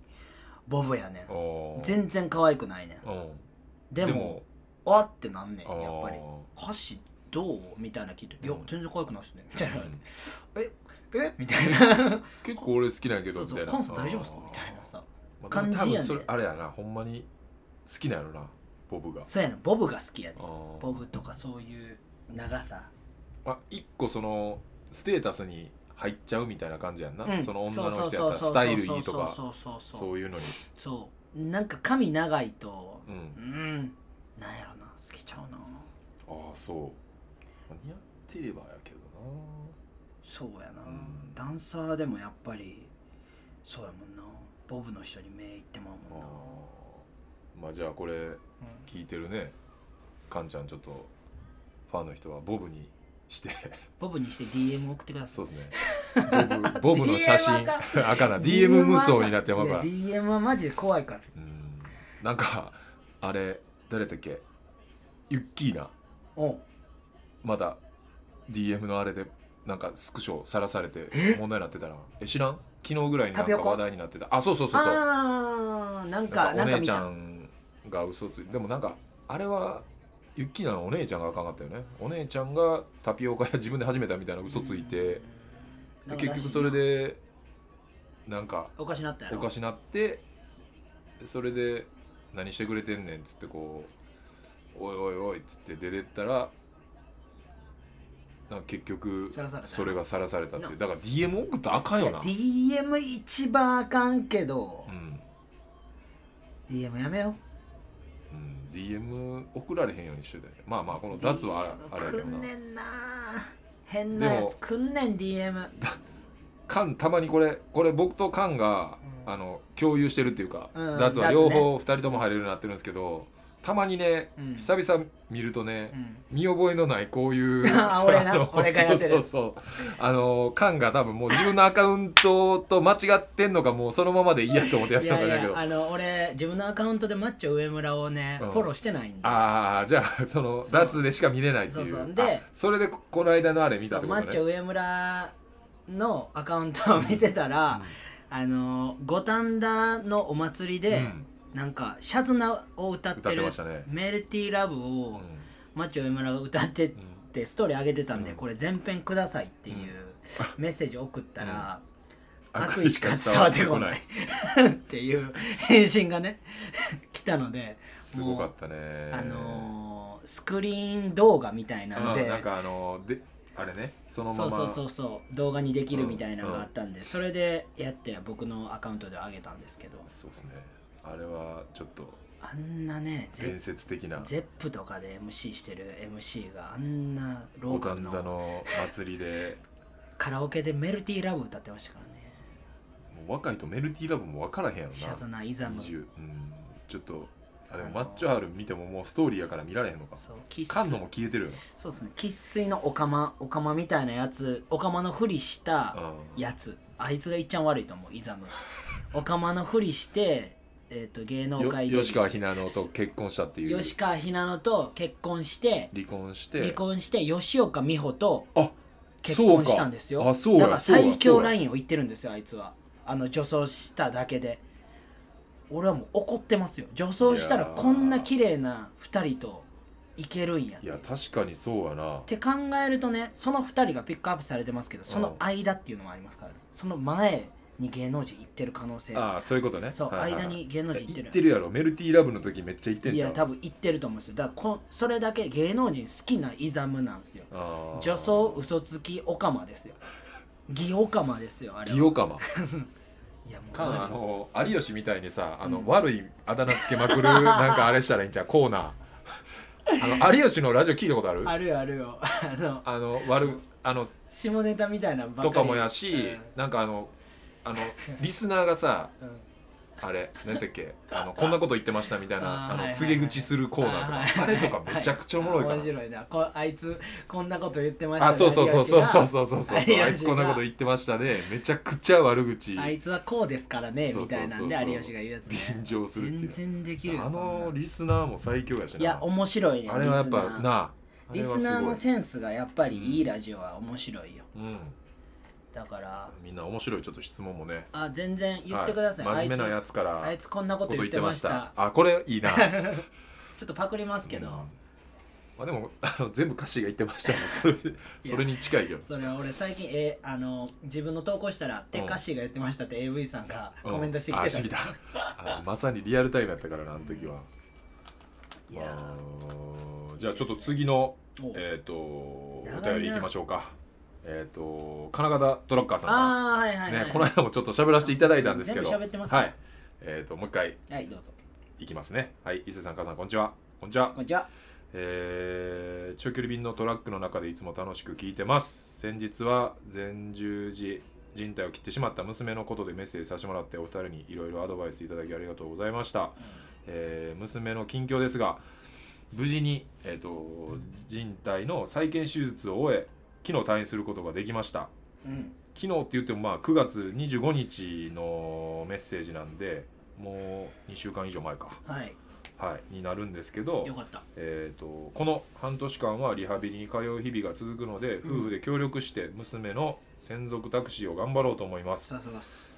ボブやねあんー全然可愛くないねんうんでもでもあってなんねんあーやっぱり歌詞どうみたいな聞いて「いやうん全然可愛くないっすね」みたいな うん「えみたいな結構俺好きなんやけどそうそみたいう「なコンサ大丈夫っすか?」みたいなさまあ感じやね多分それあれやなほんまに好きなんやろなボブがそうやねんボブが好きやねんボボブとかそういう長さあ一個そのステータスに入っちゃうみたいな感じやんな、うんその女の人やったらスタイルいいとかそうそうそうそそうそうういうのにそうなんか髪長いとううんんなんやろな好きちゃうなああそうまあ似合ってればやけどそうやな、うんダンサーでもやっぱりそうやもんなボブの人に目いってまうもなんなあーまあじゃあこれうん聞いてるねカンちゃんちょっとファンの人はボブにして ボブにして DM 送ってくださそいうですね ボブボブの写真 DM あかんな DM 無双になってまうからいや DM はマジで怖いからうんなんかあれ誰だっけユッキーナおうまだ DM のあれでなんかスクショさらされて問題になってたなえ知らん昨日ぐらいになんタピかオカ話題になってたあそうそうそうそうあーなんなかんかお姉ちゃなんかんが嘘ついてでもなんかあれはユッキーナのお姉ちゃんがあかんかったよねお姉ちゃんがタピオカ屋自分で始めたみたいな見嘘ついてうんなでんからしいな結局それでなんかおかしなったやろおかしなってそれで「何してくれてんねん」っつってこう「おいおいおい」っつって出てったらなんか結局さらされたそれがさらされたっていうなだから DM 送ったらあかんよな、ういや DM 一番あかんけど、ん DM やめようん、DM 送られへんようにしてたよねまあまあこうの脱はあ DM あれやけどくんねなんな変なやつくんねん DM カンたまにこれこれ僕とカンが、うんあの共有してるっていうか、うん脱脱ねは両方2人とも入れるようになってるんですけどたまにね、うん久々見るとね、うん見覚えのないこ ういうあ俺なあの俺がやってるそうそうそうあのカンが多分もう自分のアカウントと間違ってんのかもうそのままでいいやと思ってやっいてたんやいだけどやあの俺自分のアカウントでマッチョ上村をね、うんフォローしてないんでああじゃあそのそう脱でしか見れないっていうそうそうであそれでここの間のあれ見そたっうてマことッチョね上村のアカウントを見てたら、あの五反田のお祭りうで、んなんかシャズナを歌って歌ってるましたねメルティーラブうんをマッチョ上村が歌ってうんってストーリー上げてたんで、うんこれ全編くださいっていううん メッセージ送ったら、悪悪意意ししかか伝伝わわっっててここなないいっていう返信がね 来たので、すごかったねあのースクリーン動画みたいなんで、うんなんかあのであれねそのそまうまそうそうそう動画にできるみたいなのがあったんで、それでやって僕のアカウントで上げたんですけどそうですねあれはちょっとあんなね伝ゼ説的なゼップとかで MC してる MC があんなロ五ーカル反田のの祭りでカラオケでメルティーラブ歌ってましたからねもう若いとメルティーラブも分からへんやろなシャズナイザム20うんちょっとああでもマッチョ春見てももうストーリーやから見られへんのかそう生菅野も消えてるよねそうですね生粋のオカマオカマみたいなやつオカマのふりしたうんやつ、あいつがいっちゃん悪いと思うイ ザムオカマのふりして、えー、と芸能界よ吉川ひななのと結婚したっていう吉川ひなのと結婚して離婚して離婚して吉岡美穂とあ結婚したんですよそうかあそうやだからそうや最強ラインを言ってるんですよあいつはあの女装しただけで俺はもう怒ってますよ女装したらこんな綺麗な2人といけるんやっていや確かにそうやなって考えるとねその2人がピックアップされてますけどその間っていうのもありますからねその前に芸能人行ってる可能性ああそういうことねそう、はいはいはい間に芸能人行っていやる行ってるやろメルティーラブの時めっちゃ行ってんいじゃんや多分行ってると思うんですよだからこそれだけ芸能人好きなイザムなんですよあー女装嘘つきオカマですよギオカマですよあれはギオカマいやもうかあ悪の有吉みたいにさあの、うん悪いあだ名つけまくる なんかあれしたらいいんちゃうコーナーあの有吉のラジオ聞いたことあるいあるよあるよ あのあの悪あの下ネタみたいなのばっかりとかもやし、なんかあのあのリスナーがさうんうんあれ何だっけあのこんなこと言ってましたみたいあなーあはいはいはのい告げ口するコーナーとかあれとかめちゃくちゃおもろいから面白いなこあいつこんなこと言ってましたあそうそうそうそうそううそうそうそう有吉があいつこんなこと言ってましたねめちゃくちゃ悪口あいつはこうですからねそうみそうたそういなそうんで有吉が言うやつね便乗するってい全う然できるよあそのんなリスナーも最強やしないや面白いねあれはやっぱなああリれスナーはリスすナーごいのセンスがやっぱりいいラジオは面白いようんだからみんな面白いちょっと質問もねあ全然言ってください、は真面目あないやつからつあいつこんなこことと言っ言っててままししたたあこれ いいなちょっとパクりますけど、うんまあでもあの全部歌詞が言って ましたねそれそれに近いよそれは俺最近、えーあの自分の投稿したら「てうんかしが言ってました」って AV さんがうんコメントしてきあてしてきた、たあのまさにリアルタイムやったからなあの時はいやあーーじゃあちょっと次のおえっ、とお長いな便りいきましょうかえっ、と金型トラッカーさんあがーはいはいはい、ね、この間もちょっと喋らせていただいたんですけど、全部喋ってますねはい、えっ、ともう一回はいどうぞいきますね。はい、伊勢さん、母さん、こんにちは。こんにちはこ。んにちはえー、長距離便のトラックの中でいつも楽しく聞いてます。先日は前十字人体を切ってしまった娘のことでメッセージさせてもらってお二人にいろいろアドバイスいただきありがとうございました。えー娘の近況ですが無事に、えー、と人体の再建手術を終え昨日退院することができましたうん昨日って言ってもまあ9月25日のメッセージなんでもう2週間以上前か、はいはい、になるんですけどよ、かったえー、とこの半年間はリハビリに通う日々が続くのでうん夫婦で協力して娘の専属タクシーを頑張ろうと思います、さすがっす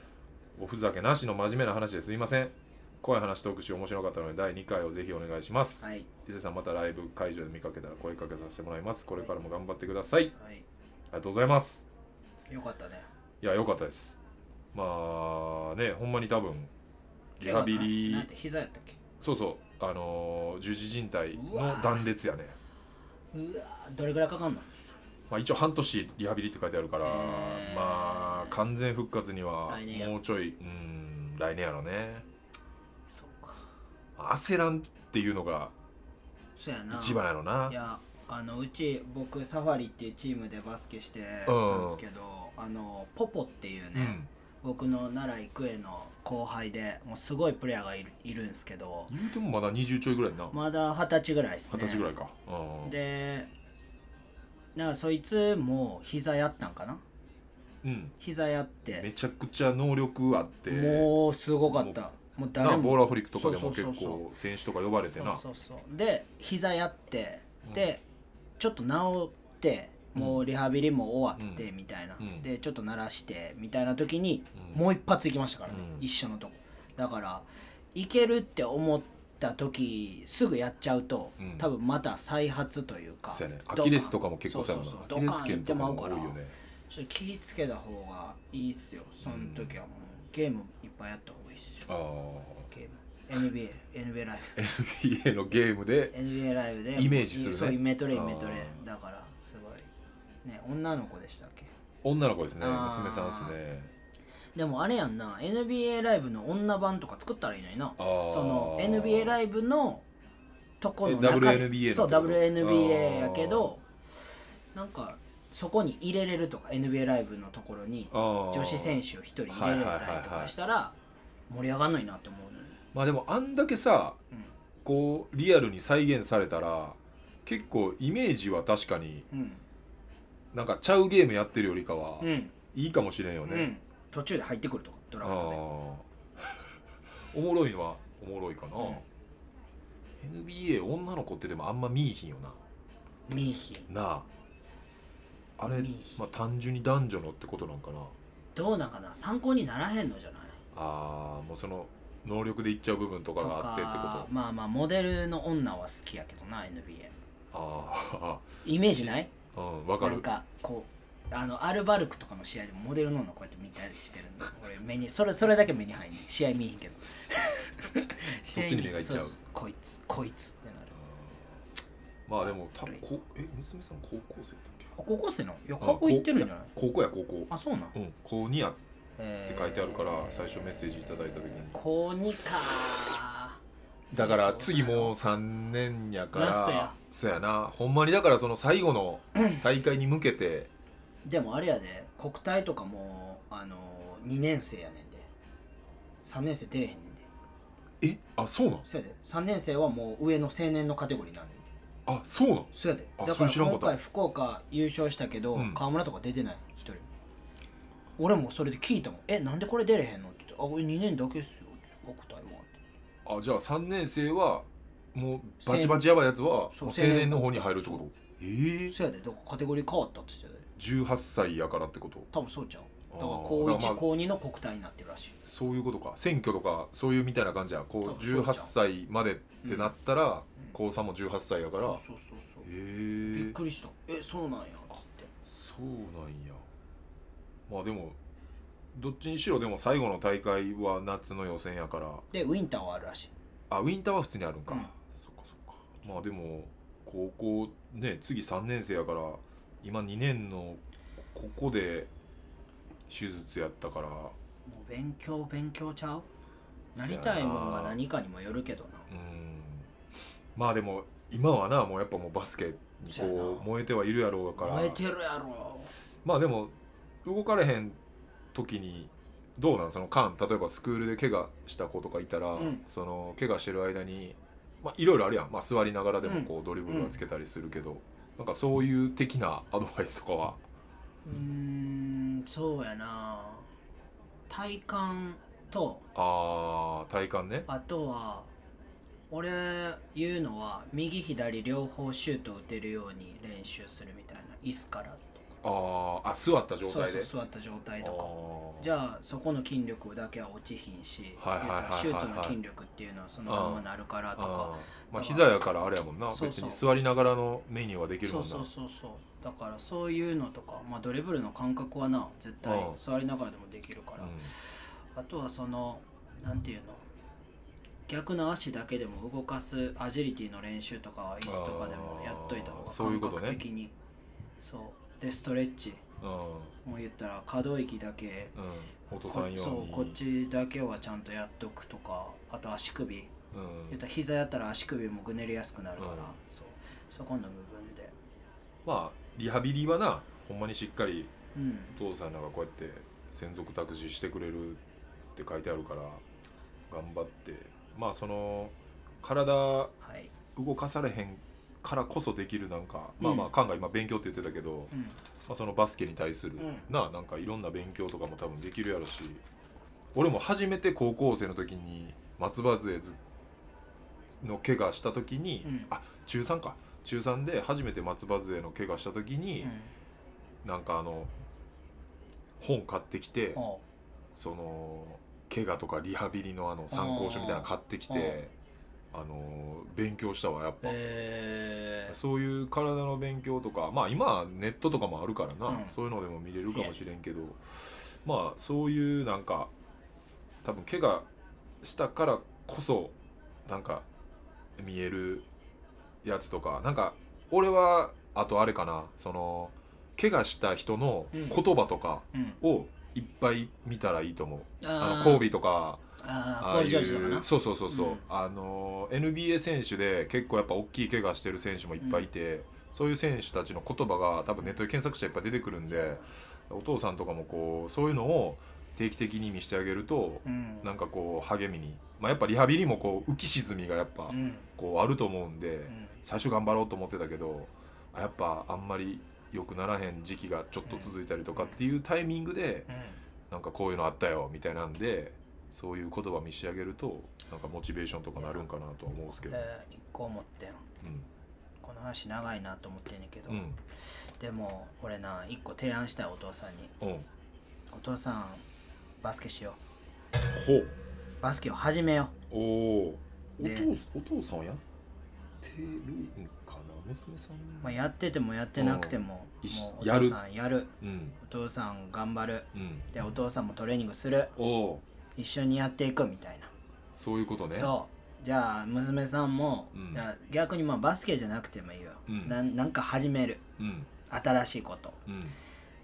おふざけなしの真面目な話ですいません怖い話トーク集面白かったので第2回をぜひお願いします、はい伊勢さんまたライブ会場で見かけたら声かけさせてもらいますこれからも頑張ってくださいありはいがとうございますよかったねいや良かったですまあねほんまに多分リハビリなんて膝やったっけそうそうあのー十字靭帯うわの断裂やねうわーどれぐらいかかんのまあ、一応半年リハビリって書いてあるからへーまあ完全復活には来年やもうちょいうん来年やろねそうか焦らんっていうのがそうやな一番やろないやあのうち僕サファリっていうチームでバスケしてたんですけど、あのポポっていうね、うん僕の奈良育英の後輩でもうすごいプレイヤーがいるいるんですけど言うてもまだ20ちょいぐらいやんなまだ二十歳ぐらいです二ね十歳ぐらいか、うんでなんかそいつも膝やったんかなうん、膝やっめてちゃくちゃ能力あってもうすごかったもうな誰ボーもラーフリックとかでそもうそう結そうそう構選手とか呼ばれてそなうそうそうで膝やってうんで、ちょっと治ってもうリハビリも終わってうみたいな、うんでちょっと鳴らしてみたいな時にうんもう一発行きましたからね、うん一緒のとこだからいけるって思った時すぐやっちゃうと、うん多分また再発というかそうやねアキレスとかも結構そうやもんなそうアそうそうキレス腱とかも多いドカンよってまうからねちょっと気ぃつけた方がいいっすよその時はもう、ゲームいっぱいやった方がいいっすよああゲーム NBA NBA ライブ NBA のゲームで NBA ライブでイメージするねそうイメトレイメトレあだからすごいね女の子でしたっけ女の子ですねあー娘さんですねでもあれやんな NBA ライブの女版とか作ったらいいのになあその NBA ライイブのとこのえ中で WNBA のそうってこと WNBA やけどなんかそこに入れれるとか NBA ライブのところに女女子選手を一人入れれたりとかしたら盛り上がんないなって思うのにまあでもあんだけさうんこうリアルに再現されたら結構イメージは確かにうんなんかちゃうゲームやってるよりかはうんいいかもしれんようね、ん途中で入ってくるとかドラあフトでー おもろいのはおもろいかな、う NBA 女の子ってでもあんま見いひんよなミーヒンなああれ見いひん、まあ、単純に男女のってことなんかなどうなんかな参考にならへんのじゃないあーもうその能力でいっちゃう部分とかとがあってってことかまあまあモデルの女は好きやけどな NBA あイメージないあ うんわかなるんかこうあのアルバルクとかの試合でもモデルの女こうやって見たりしてるの 俺目にそれそれだけ目に入んねん試合見えへんけどそっちに目がいっちゃ試合う見そそこいつこいつってなるうんまあでも多分こえ娘さん高校生だっけあ高校生のいや高校行ってるんじゃない高校や高校あそうなんうん高2やって書いてあるから最初メッセージいただいた時に高2かだから次もう3年やからラストやそうやなほんまにだからその最後のうん大会に向けてでもあれやで国体とかもうあの2年生やねんで3年生出れへんねんでえあそうなんそうやで3年生はもう上の青年のカテゴリーなんねんであそうなんそうやであだそかれら知らんかっ今た回福岡優勝したけど、うん河村とか出てない一人俺もそれで聞いたもん「えなんでこれ出れへんの?」って言って「あ俺2年だけっすよ」国体はってあじゃあ3年生はもうバチバチやばいやつはそうもう青年の方に入るってことええー、そうやでだからカテゴリー変わったって言ってたで18歳やからってこと多分そうちゃうだからあー高だから1まあ高2の国体になってるらしいそういうことか選挙とかそういうみたいな感じやこうそうそう18歳までってなったら、うん高3も18歳やから、そうそうそうそうへえびっくりしたえそうなんやっつってそうなんやまあでもどっちにしろでも最後の大会は夏の予選やからでウィンターはあるらしいあウィンターは普通にあるんか、うんそっかそっかまあでも高校ね次3年生やから今2年のここで手術やったからもう勉強勉強ちゃうなりたいもんが何かにもよるけどなうんまあでも今はなもうやっぱもうバスケにそうやこなう燃えてはいるやろうから燃えてるやろまあでも動かれへん時にどうなんその間例えばスクールで怪我した子とかいたら、うんその怪我してる間にまあいろいろあるやん、まあ、座りながらでうもんこうドリブルはつけたりするけど、なんかそういう的なアドバイスとかはうーんそうやな体感とあー体感ねあとは俺言うのは右左両方シュート打てるように練習するみたいな椅子からとかあーあ座った状態そうでそう座った状態とかあーじゃあそこの筋力だけは落ちひんし言はいはいはいはいはいうたらシュートの筋力っていうのはそのまんまなるからとかあーまあ膝やからあれやもんなそうそう別に座りながらのメニューはできるそもうんなそうそうそうだからそういうのとか、まあ、ドリブルの感覚はな絶対うん座りながらでもできるから、あとはそのなんていうの逆の足だけでも動かすアジリティの練習とかは椅子とかでもやっといた方あーそういがうこ感とね覚的にそうでストレッチうん、うんもう言ったら可動域だけうん、お父こさん用にそうこっちだけはちゃんとやっとくとかあと足首言うんったら膝やったら足首もぐねりやすくなるから、うんそうそこの部分でまあリハビリはなほんまにしっかりうんお父さんらがこうやって専属託児してくれるって書いてあるから頑張ってまあその体動はい、かされへんからこそできるなんか、まあまあうんカンが今勉強って言ってたけど、うんまあ、そのバスケに対すうる、んななんかいろんな勉強とかも多分できるやろし俺も初めて高校生の時に松葉杖ずの怪我した時に、うんあ中3か中3で初めて松葉杖の怪我した時に、なんかあの本買ってきうて、ん、おうその怪我とかリハビリのあの参考書みたいなの買ってきて、あの勉強したわやっぱ。えー、そういう体の勉強とかまあ今はネットとかもあるからな、うんそういうのでも見れるかもしれんけどまあそういうなんか多分怪我したからこそなんか見えるやつとかなんか俺はあとあれかなその怪我した人の言葉とかうん、をいっぱい見たらいいと思う、あーのコービーとかあーあポーあいル・ジョージとかなうそうそうそうそう、うんあの NBA 選手で結構やっぱ大きい怪我してる選手もいっぱいいて、そういう選手たちの言葉が多分ネットで検索していっぱい出てくるんでお父さんとかもこうそういうのを定期的に見してあげるとうんなんかこう励みに、まあ、やっぱリハビリもこう浮き沈みがやっぱうんこうあると思うんで、うん最初頑張ろうと思ってたけどあやっぱあんまり良くならへん時期がちょっと続いたりとかっていうタイミングでなんかこういうのあったよみたいなんでそういう言葉見仕上げるとなんかモチベーションとかなるんかなとは思うんですけど、で一個思ってんこの話長いなと思ってんねんけど、うんでも俺な一個提案したいお父さんにうんうんお父さんバスケしよほううバスケを始めよおおおね父お父さんはやってるんかな娘さんう、まあ、やっててもやってなくても,、うん一緒もうお父さんやるうんお父さん頑張るうんでお父さんもトレーニングするおお一緒にやっていくみたいなそういうことねそうじゃあ娘さんも、うんじゃあ逆にまあバスケじゃなくてもいいよ、うんなん、なんか始めるうん新しいことうん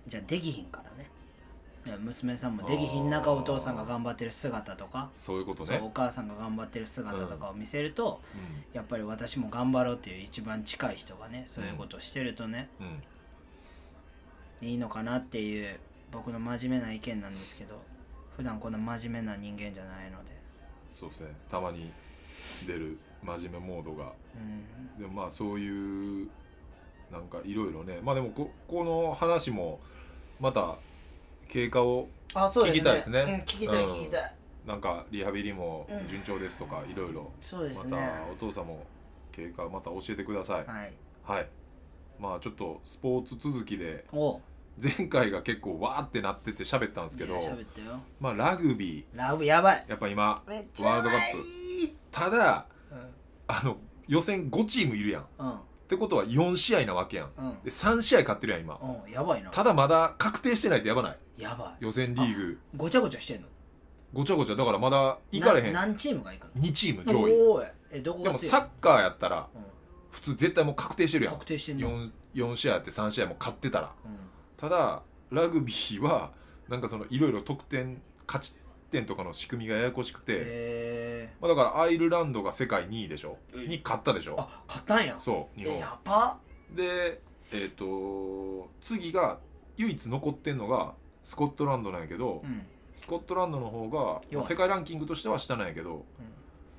じゃあできひんからねで娘さんもできひん中あーお父さんが頑張ってる姿とかそういうことそねうお母さんが頑張ってる姿とかを見せると、うやっぱり私も頑張ろうっていう一番近い人がねそういうことをしてるとね、んうんいいのかなっていう僕の真面目な意見なんですけど普段こんな真面目な人間じゃないのでそうですねたまに出る真面目モードがうんでもまあそういうなんかいろいろねまあでもここの話もまた経過をあそうですね聞きたいですねうん、聞きたいうん聞きたい、なんかリハビリもうん順調ですとかいろいろそうですまね、たお父さんも経過また教えてくださいはいはいまあちょっとスポーツ続きでお前回が結構わーってなってて喋ったんですけどいや喋ったよまあラグビラブやばいーやっぱ今めっちゃワールドカップただうんあの予選5チームいるやんっうんてことは4試合なわけやんうんで3試合勝ってるやん今うんやばいなただまだ確定してないってやばないやばい予選リーグごちゃごちゃしてんのごちゃごちゃだからまだ行かれへんな何チームが行くの2チーム上位おーいえどこでがも強いサッカーやったらうん普通絶対もう確定してるやん確定してんの 4, 4試合やって3試合も勝ってたらうんただラグビーはなんかそのいろいろ得点勝ち点とかの仕組みがややこしくて、えまあ、だからアイルランドが世界2位でしょえに勝ったでしー、ょあ勝ったんやそう日え本やばでえっ、と次が唯一残ってんのがスコットランドなんやけど、うんスコットランドの方が、まあ弱い世界ランキングとしては下なんやけど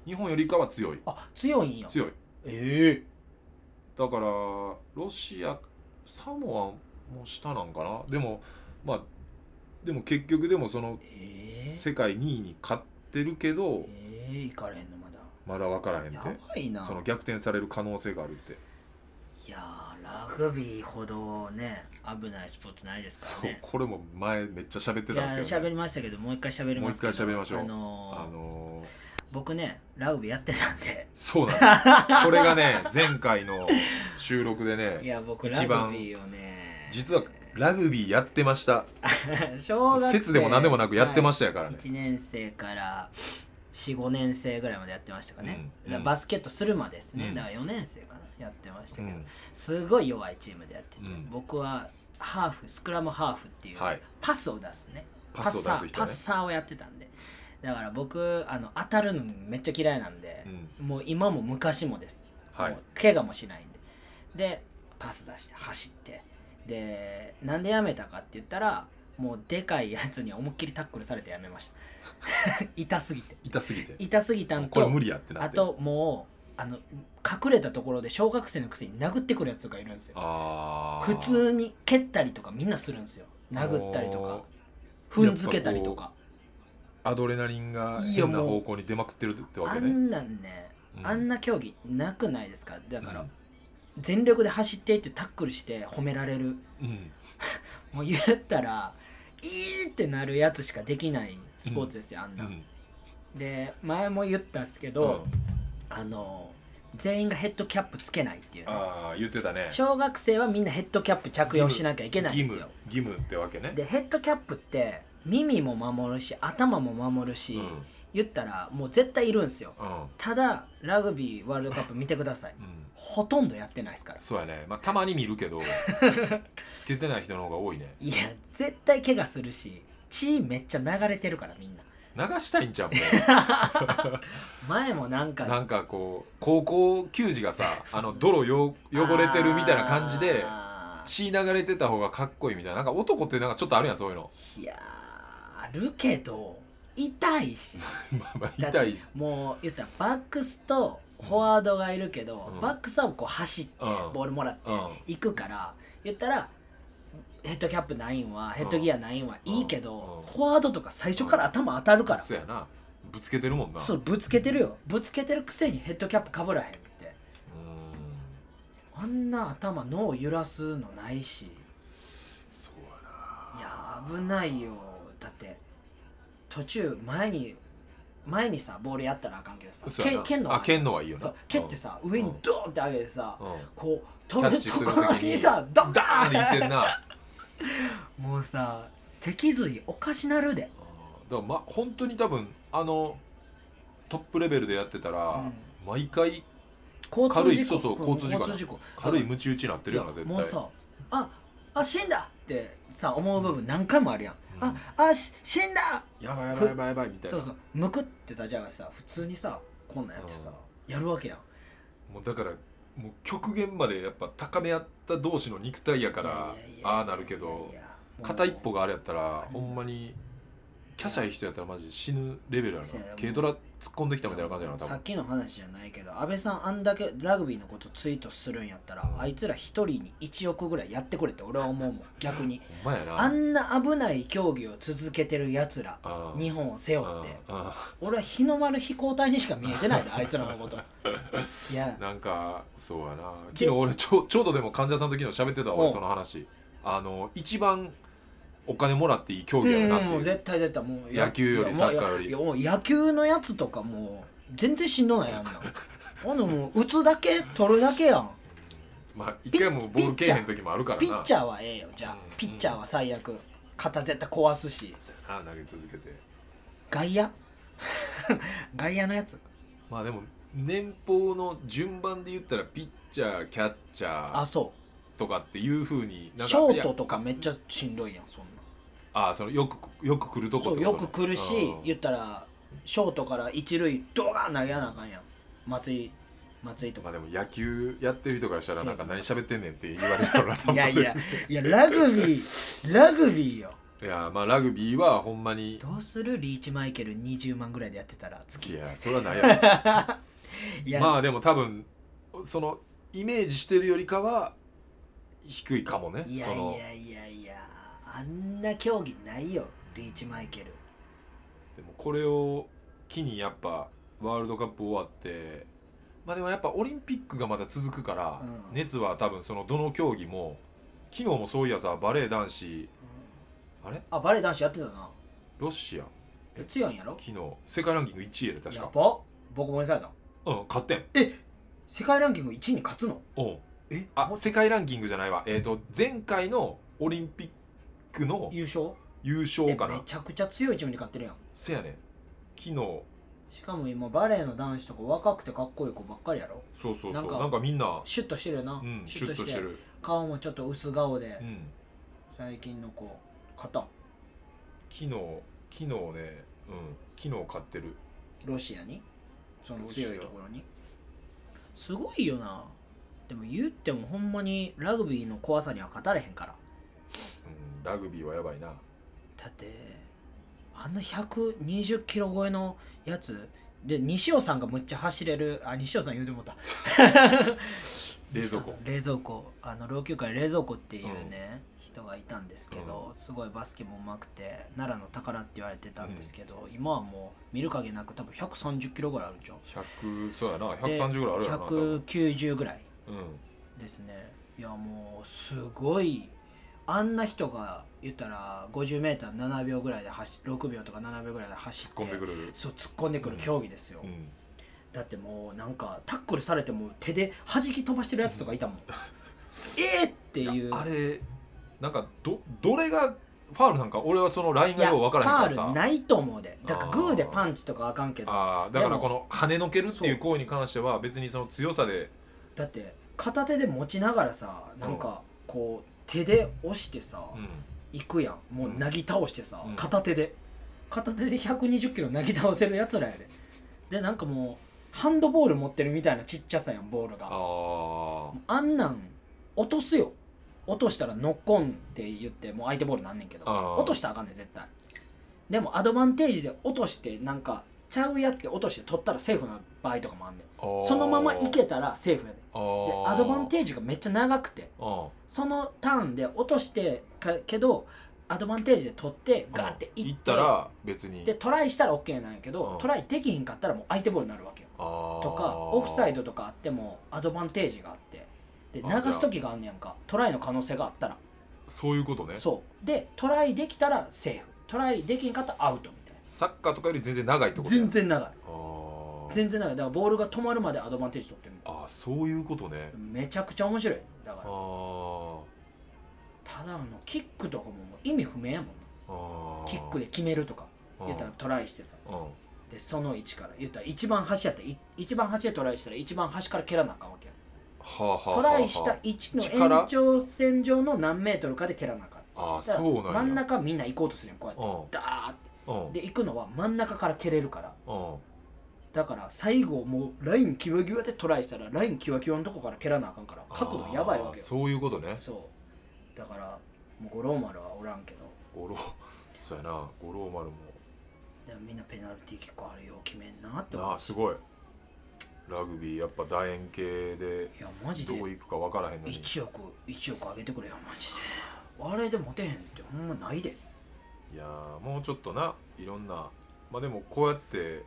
日本よりかは強いあ強いんや強いえだからロシアサモアも下なんかなでもまあでも結局でもそのええー、世界2位に勝ってるけどえー、行かれへんのまだまだ分からへんってやばいなその逆転される可能性があるっていやーラグビーほどね危ないスポーツないですそからうねこれも前めっちゃ喋っていたやんですけど、喋ね、りましたけどもう一回喋りますけどもう一回喋りましょうあのーあのー僕ねラグビーやってたんでそうなんですこれがね前回の収録で いねや僕ラ一グ番ビーをね実はラグビーやってました 小学生説でも何でもなくやってまししたやからね、 1年生から45年生ぐらいまでやってましたかね、うんだからバスケットするまでですね、うんだから4年生かなやってましたけど、うんすごい弱いチームでやってて、うん僕はハーフスクラムハーフっていう、はいパスを出すねパスを出す人ねパッサーパッサーをやってたんでだから僕あの当たるのめっちゃ嫌いなんで、もう今も昔もです、はいもう怪我もしないんででパス出して走ってでなんでやめたかって言ったらもうでかいやつに思いっきりタックルされてやめました 痛すぎて痛すぎて痛すぎたんことれ無理やってなあってともうあの隠れたところで小学生のくせに殴ってくるやつがいるんですよあ普通に蹴ったりとかみんなするんですよ殴ったりとか踏んづけたりとかアドレナリンがいいよ変なもう方向に出まくってるってわあけねんなんね、うんあんな競技なくないですかだから、うん全力で走っていってタックルして褒められるうんもう言ったらいいってなるやつしかできないスポーツですよ、あんうな、んで前も言ったんですけど、あの全員がヘッドキャップつけないっていうねああ言ってたね小学生はみんなヘッドキャップ着用しなきゃいけないんですよ義務義務ってわけねでヘッドキャップって耳も守るし頭も守るし、うん言ったらもう絶対いるんですようんただラグビーワールドカップ見てくださいうんほとんどやってないですからそうやねまあたまに見る けどつけてない人の方が多いねいや絶対怪我するし血めっちゃ流れてるからみんな流したいんちゃうも前もなんかんなんかこう高校球児がさあの泥よ汚れてるみたいな感じであー血流れてた方がかっこいいみたいななんか男ってなんかちょっとあるやんそういうの いやーあるけど痛いしまあまあ 痛いしもう言ったらバックスとフォワードがいるけど、うんバックスはこう走ってうんボールもらってうん行くから、言ったらヘッドキャップ9はヘッドギア9はうんいいけうんど、フォワードとか最初から頭当たるから、そうやなぶつけてるもんなそうぶつけてるよぶつけてるくせにヘッドキャップかぶらへんってうんあんな頭脳を揺らすのないしそうやなやい危ないよだって途中前に前にさボールやったらあかんけどさそうやな蹴蹴んのあ蹴んののはいいよそなう蹴ってさ、上にドーンって上げてさ、うんうんこうキ飛ャッぶチとするころときににさドンダーンっていってんなもうさ脊髄おかしなるで、うんだからま本当に多分あのトップレベルでやってたら、うん毎回交軽通い事故そうそう交通事故やな軽いムチ打ちなってるよな絶対もうさああ死んだってさ思う部分何回もあるやん、うんああし死んだやばいやばいやばいやばいみたいなそうそうむくってたじゃがさ普通にさこんなんやってさ、やるわけやんもうだからもう極限までやっぱ高め合った同士の肉体やからいやいやいやいやああなるけどいやいやもう片一歩があれやったらうんほんまにキャシャい人やったらマジ死ぬレベルやないやいや軽トラ突っ込んできたみたいな感じやな多さ分っきの話じゃないけど安倍さんあんだけラグビーのことツイートするんやったら、うんあいつら一人に1億ぐらいやってくれって俺は思う もん逆にほんまやなあんな危ない競技を続けてるやつらあー日本を背負ってあ俺は日の丸飛行隊にしか見えてないであいつらの こといやーなんかそうやな昨日俺ちょちょうどでも患者さんと昨日喋ってたわお俺うその話あの一番お金もらっていい競う技やんなっもうていう絶対絶対もう野球よりいやもうサッカーよりいやもう野球のやつとかもう全然しんどないやんなほんでもう打つだけ取るだけやんまあ一回もボールけえへん時もあるからなピッチャーはええよじゃあ、うんピッチャーは最悪肩絶対壊すしそうやな投げ続けて外野 外野のやつまあでも年俸の順番で言ったらピッチャーキャッチャあーそとかっていうふうにうなんシかョいーやトとかめっちゃしんどいやんそんなああそのよくよく来るとこそってうことよねく来るしうん言ったらショートから一塁ドガン投げやなあかんやん松井松井とまか あでも野球やってる人からしたらなんか何喋ってんねんって言われるような多分いやいやいやラグビーラグビーよいやまあラグビーはほんまにどうするリーチマイケル20万ぐらいでやってたらい月やそれはないや いろや、まあでも多分そのイメージしてるよりかは低いかもねいやそのいやいやいやあんな競技ないよリーチマイケルでもこれを機にやっぱワールドカップ終わってまあでもやっぱオリンピックがまだ続くから、うん熱は多分そのどの競技も昨日もそういやさバレエ男子あれあバレエ男子やってたなロシアえ強いんやろ昨日世界ランキング1位やで確やかばボコボコにされたうん勝ってん世界ランキング1位に勝つのうんえあ世界ランキングじゃないわえっ、と前回のオリンピックの優勝優勝えかなめちゃくちゃ強いチームに勝ってるやんせやねん昨日しかも今バレエの男子とか若くてかっこいい子ばっかりやろそうそうそうななんんかかみんな、シュッとしてるよな、うん、シュッとしてる顔もちょっと薄顔で、うん最近の子勝ったん昨日昨日ねうん昨日買ってるロシアにそのロシア強いところにすごいよなでも言ってもほんまにラグビーの怖さには勝たれへんからうんラグビーはやばいなだってあんな120キロ超えのやつで西尾さんがむっちゃ走れるあ西尾さん言うてもうた冷蔵庫冷蔵庫あの老朽化に冷蔵庫っていうね、人がいたんですけど、すごいバスケもうまくて奈良の宝って言われてたんですけど、今はもう見る影なく多分130キロぐらいあるんちゃう100そうやなで130ぐらいあるやろな多分190ぐらいうんですねいやもうすごいあんな人が言ったら 50m7 秒ぐらいで走6秒とか7秒ぐらいで走突っって込んでくれるそう突っ込んでくる競技ですよ、うんだってもうなんかタックルされても手で弾き飛ばしてるやつとかいたもん えーっていうあれなんかどどれがファールなんか俺はそのラインいがやよう分からへんフかァウルらさないと思うでだからあーグーでパンチとかあかんけどあーだからでもこの跳ねのけるっていう行為に関しては別にその強さでだって片手で持ちながらさなんかこう手で押してさ、うん行くやんもうなぎ倒してさ、うん片手で片手で120キロなぎ倒せるやつらやででなんかもうハンドボール持ってるみたいなちっちゃさやんボールあがああんなん落とすよ落としたらノッコンって言ってもう相手ボールなんねんけどあー落としたらあかんねん絶対でもアドバンテージで落としてなんかちゃうやつで落として取ったらセーフな場合とかもあんねんそのままいけたらセーフやねんあでーアドバンテージがめっちゃ長くてあそのターンで落としてかけどアドバンテージで取ってーガーっていって行ったら別にでトライしたら OK なんやけうどんトライできひんかったらもう相手ボールになるわけよととかオフサイドとかあってもアドバンテージがあってであ流す時があんねやんかトライの可能性があったらそういうことねそうでトライできたらセーフトライできんかったらアウトみたいサッカーとかより全然長いってこなとや全然長いあー全然長いだからボールが止まるまでアドバンテージ取ってるあーそういうことねめちゃくちゃ面白いだからあただあのキックとかももう意味不明やもんなーあーキックで決めるとか言ったらトライしてさうんうんでその位置から言ったら一番端やったらい一番端でトライしたら一番端から蹴らなあかんわけやはあはあはあはあトライした位置の力延長線上の何メートルかで蹴らなあかんああだからそうなんや真ん中みんな行こうとするやんこうやってダーってうんうんで行くのは真ん中から蹴れるからうんだから最後もうラインキワキワでトライしたらラインキワキワのとこから蹴らなあかんから角度やばいわあーけよそういうことねそうだからもう五郎丸はおらんけど五郎そうやな五郎丸もでもみんなペナルティー結構あれよう決めんなって思うなあすごいラグビーやっぱ楕円形でいやマジでどこ行くか分からへんのに1億1億あげてくれよマジであれでモテへんってほんまないでいやーもうちょっとないろんなまあでもこうやって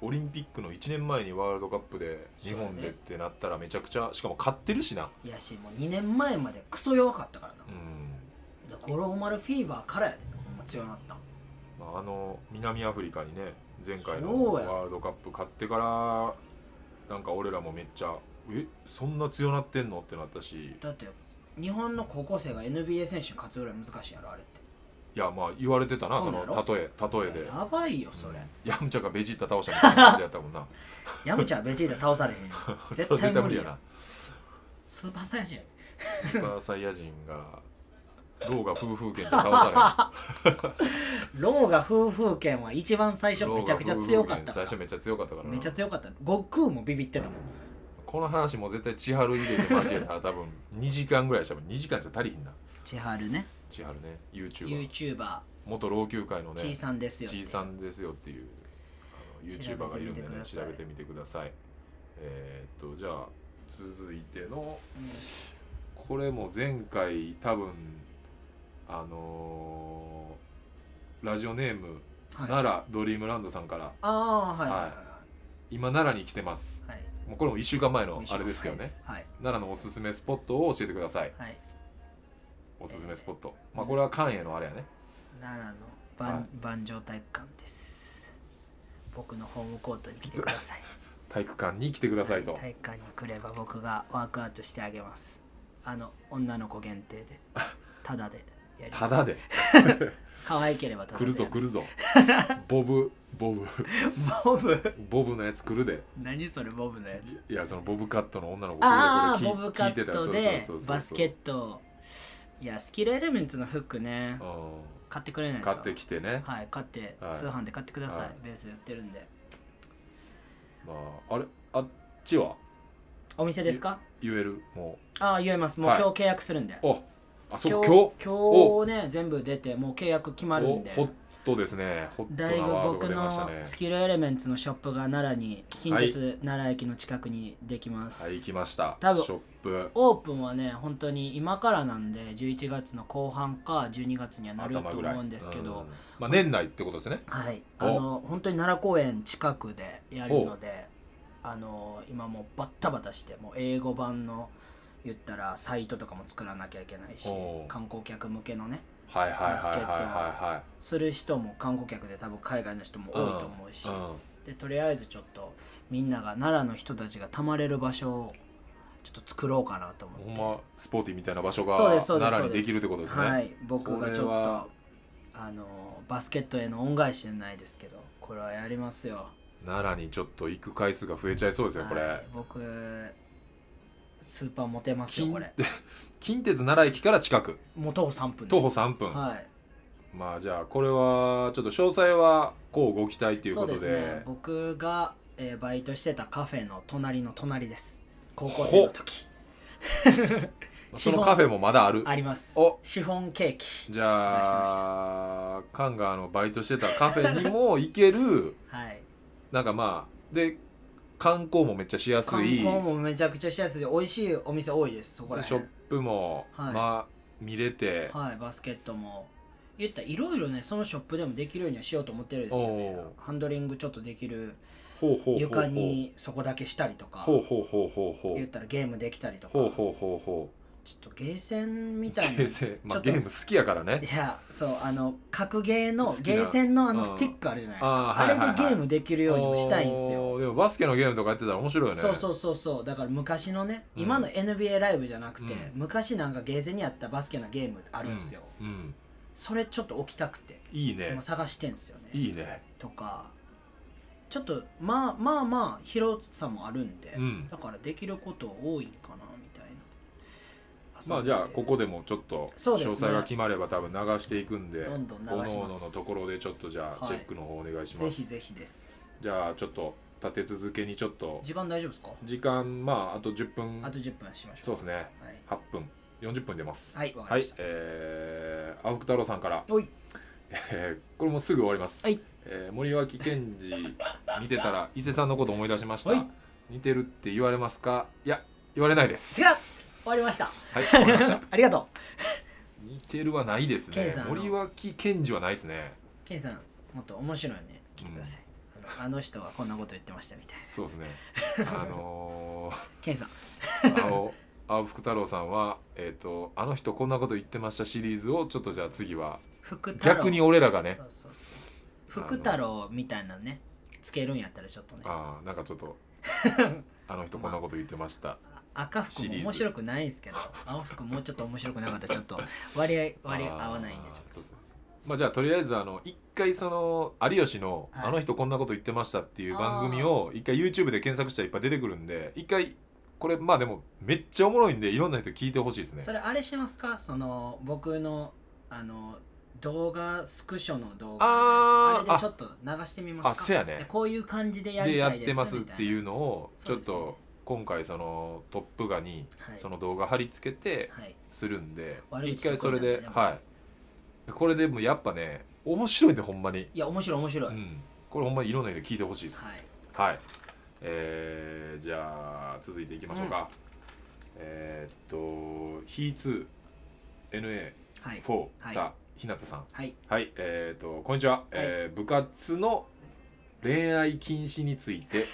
オリンピックの1年前にワールドカップで日本そうでやっねてなったらめちゃくちゃしかも勝ってるしなやしもう2年前までクソ弱かったからなうん、だから五郎丸フィーバーからやでほんま強なったまあ、あの南アフリカにね前回のそうやワールドカップ勝ってからなんか俺らもめっちゃえそんな強なってんのってなったしだって日本の高校生が NBA 選手に勝つぐらい難しいやろあれっていやまあ言われてたなそそうなんやのろ例え例えでやばいよそれ、ヤムチャがベジータ倒したみたいな感じやったもんなヤムチャはベジータ倒されへんよ それ絶対絶対無無理理ややななスーパーサイヤ人やでスーパーサイヤ人がローが夫婦圏で倒さローが夫婦圏は一番 最れへ初んめちゃくちゃ強かったか最ら初めっちゃ強かったからなめちゃ強かった悟空もビビってたもんこの話も絶対千春入れて交えたら多分2時間ぐらいしゃべる2時間じゃ足りひんな千春ね千春ね YouTuber YouTuber 元老朽会のねちいさんですよちいさんですよっていうあの YouTuber がいるんでね調調べべててみてくださいえーっとじゃあ続いてのうんこれも前回多分あのーラジオネームはい奈良ドリームランドさんからああはいはいはい今奈良に来てますはいもうこれも1週間前もうの一緒あれですけどねはい奈良のおすすめスポットを教えてくださいはいおすすめスポットまあこれは関へのあれやね奈良のは万い万丈体育館です僕のホームコートに来てください体育館に来 てくださいと体育館に来れば僕がワークアウトしてあげますあの女の子限定で タダでやりますただで可愛ければタダ来でるぞ来るぞボブボブボブ ボブのやつ来るで何それボブのやついやそのボブカットの女の子ああ来るでボこれブカ聞いッてたよトそうでそうそうそうバスケットいやスキルエレメンツのフックねう買ってくれないんと買ってきてねはい買って、はい通販で買ってください、はいベースで売ってるんでまああれあっちはお店ですか言えるもああ言えますもうはい今日契約するんで、うああそう今か日今日今日ね全部出てもう契約決まるんおでホットですねホットだいなぶワードが僕出まのしたねスキルエレメンツのショップが奈良に近鉄、奈良駅の近くにできます、はい行きましたシ多分ョップオープンはね本当に今からなんで11月の後半か12月にはなると頭ぐらい思うんですけど、うんまあ年内ってことですねはい、おあの本当に奈良公園近くでやるのであの今もうバッタバタしてもう英語版の言ったらサイトとかも作らなきゃいけないしおう観光客向けのねはいはいはいバスケはいットはする人も観光客で多分海外の人もいはい多いと思うし、んんでとりあえずちょっとみんなが奈良の人たちがたまれる場所をちょっと作ろうかなと思ってほんまスポーティーみたいな場所がそうですそうです奈良そうにできるってことですねはい僕がちょっことれはあのバスケットへの恩返しじゃないですけどこれはやりますよ奈良にちょっと行く回数が増えちゃいそうですよこれ、はい僕スーパーモテますよ近これ近鉄奈良駅から近くもう徒歩3分で徒歩す3分、はいまあじゃあこれはちょっと詳細はこうご期待ということでそうですね僕が、えーバイトしてたカフェの隣の隣です高校生の時そのカフェもまだあるありますおシフォンケーキじゃあカンガーのバイトしてたカフェにも行ける はいなんかまあで観光もめっちゃしやす観い光もめちゃくちゃしやすい美味しいお店多いですそこらでショ辺ップも、はいまあ見れて、はいバスケットも言ったらいろいろねそのショップでもできるようにはしようと思ってるんですよねおうハンドリングちょっとできるほうほうほうほう床にそこだけしたりとかほうほうほうほうほ言っうたらゲームできたりとかほうほうほうほちょっとゲーセンみうたいなゲいーセンまあちゲょっとーム好きやからねやそうあの格ゲーの好きなゲーセンのあうんのスティックあるじゃないですあかーあはいれはいはいでゲームできるようにもしたいんですよおーでもバスケのゲームとかやってたら面白いよねそうそうそうそうだから昔のねうん今の NBA ライブじゃなくてうん昔なんかゲーセンにあったバスケなゲームああるんですようん、うんそれちょっと置きたくていいね今探してんすよねいいねとかちょっとまあまあまあ広さもあるんで、うんだからできること多いかなみたいなまあじゃあここでもちょっとそう詳ですね細が決まれば多分流していくんでどんどん流し各ます々のところでちょっとじゃはあいチェックの方お願いします、ぜひぜひですじゃあちょっと立て続けにちょっと時間大丈夫ですか時間まああと10分あと10分しましょうそうですねはい8分40分出ますはいわかりましたはいえー、青福太郎さんから、おいえーこれもすぐ終わります、はいえー森脇健児見てた ら伊勢さんのこと思い出しました、はい似てるって言われますかいや言われないです違う終わりましたはいわかりました ありがとう似てるはないです健ねさんの森脇健児はないですねケンさんもっと面白いね来てください、あのあの人はこんなこと言ってましたみたいなそ うですねあのケンさんー、青青福太郎さんは、えーと「あの人こんなこと言ってました」シリーズをちょっとじゃあ次は福太郎逆に俺らがねそうそうそう福太郎みたいなのねつけるんやったらちょっとねああなんかちょ っとあの人こんなこと言ってました、赤服も面白くないんですけど 青服もうちょっと面白くなかったらちょっと割合割合合わないんでちょあーっそうですねまあじゃあとりあえずあの一回その有吉の、はいあの人こんなこと言ってました」っていう番組を一回 YouTube で検索したらいっぱい出てくるんで一回これまあでもめっちゃおもろいんでいろんな人聞いてほしいですとねそれあれしますかその僕のあの動画スクショの動画ああーれでちょっと流してみますかあせやねこういう感じでやりでたやいっですてますっていううのをちそょうっですねと今回その「トップガ」にはいその動画貼り付けてはいするんで悪一口得意回それでなんだねはいこれでもやっぱね面白いんでほんまにいや面白い面白い、うん、これほんまにいろんな人に聞いてほしいですはいはい、えーじゃあ続いていきましょうか、えーっとヒー 2NA4 はいはいたひなたさんはいはいえーっとこんにちは、えー部活の恋愛禁止につい て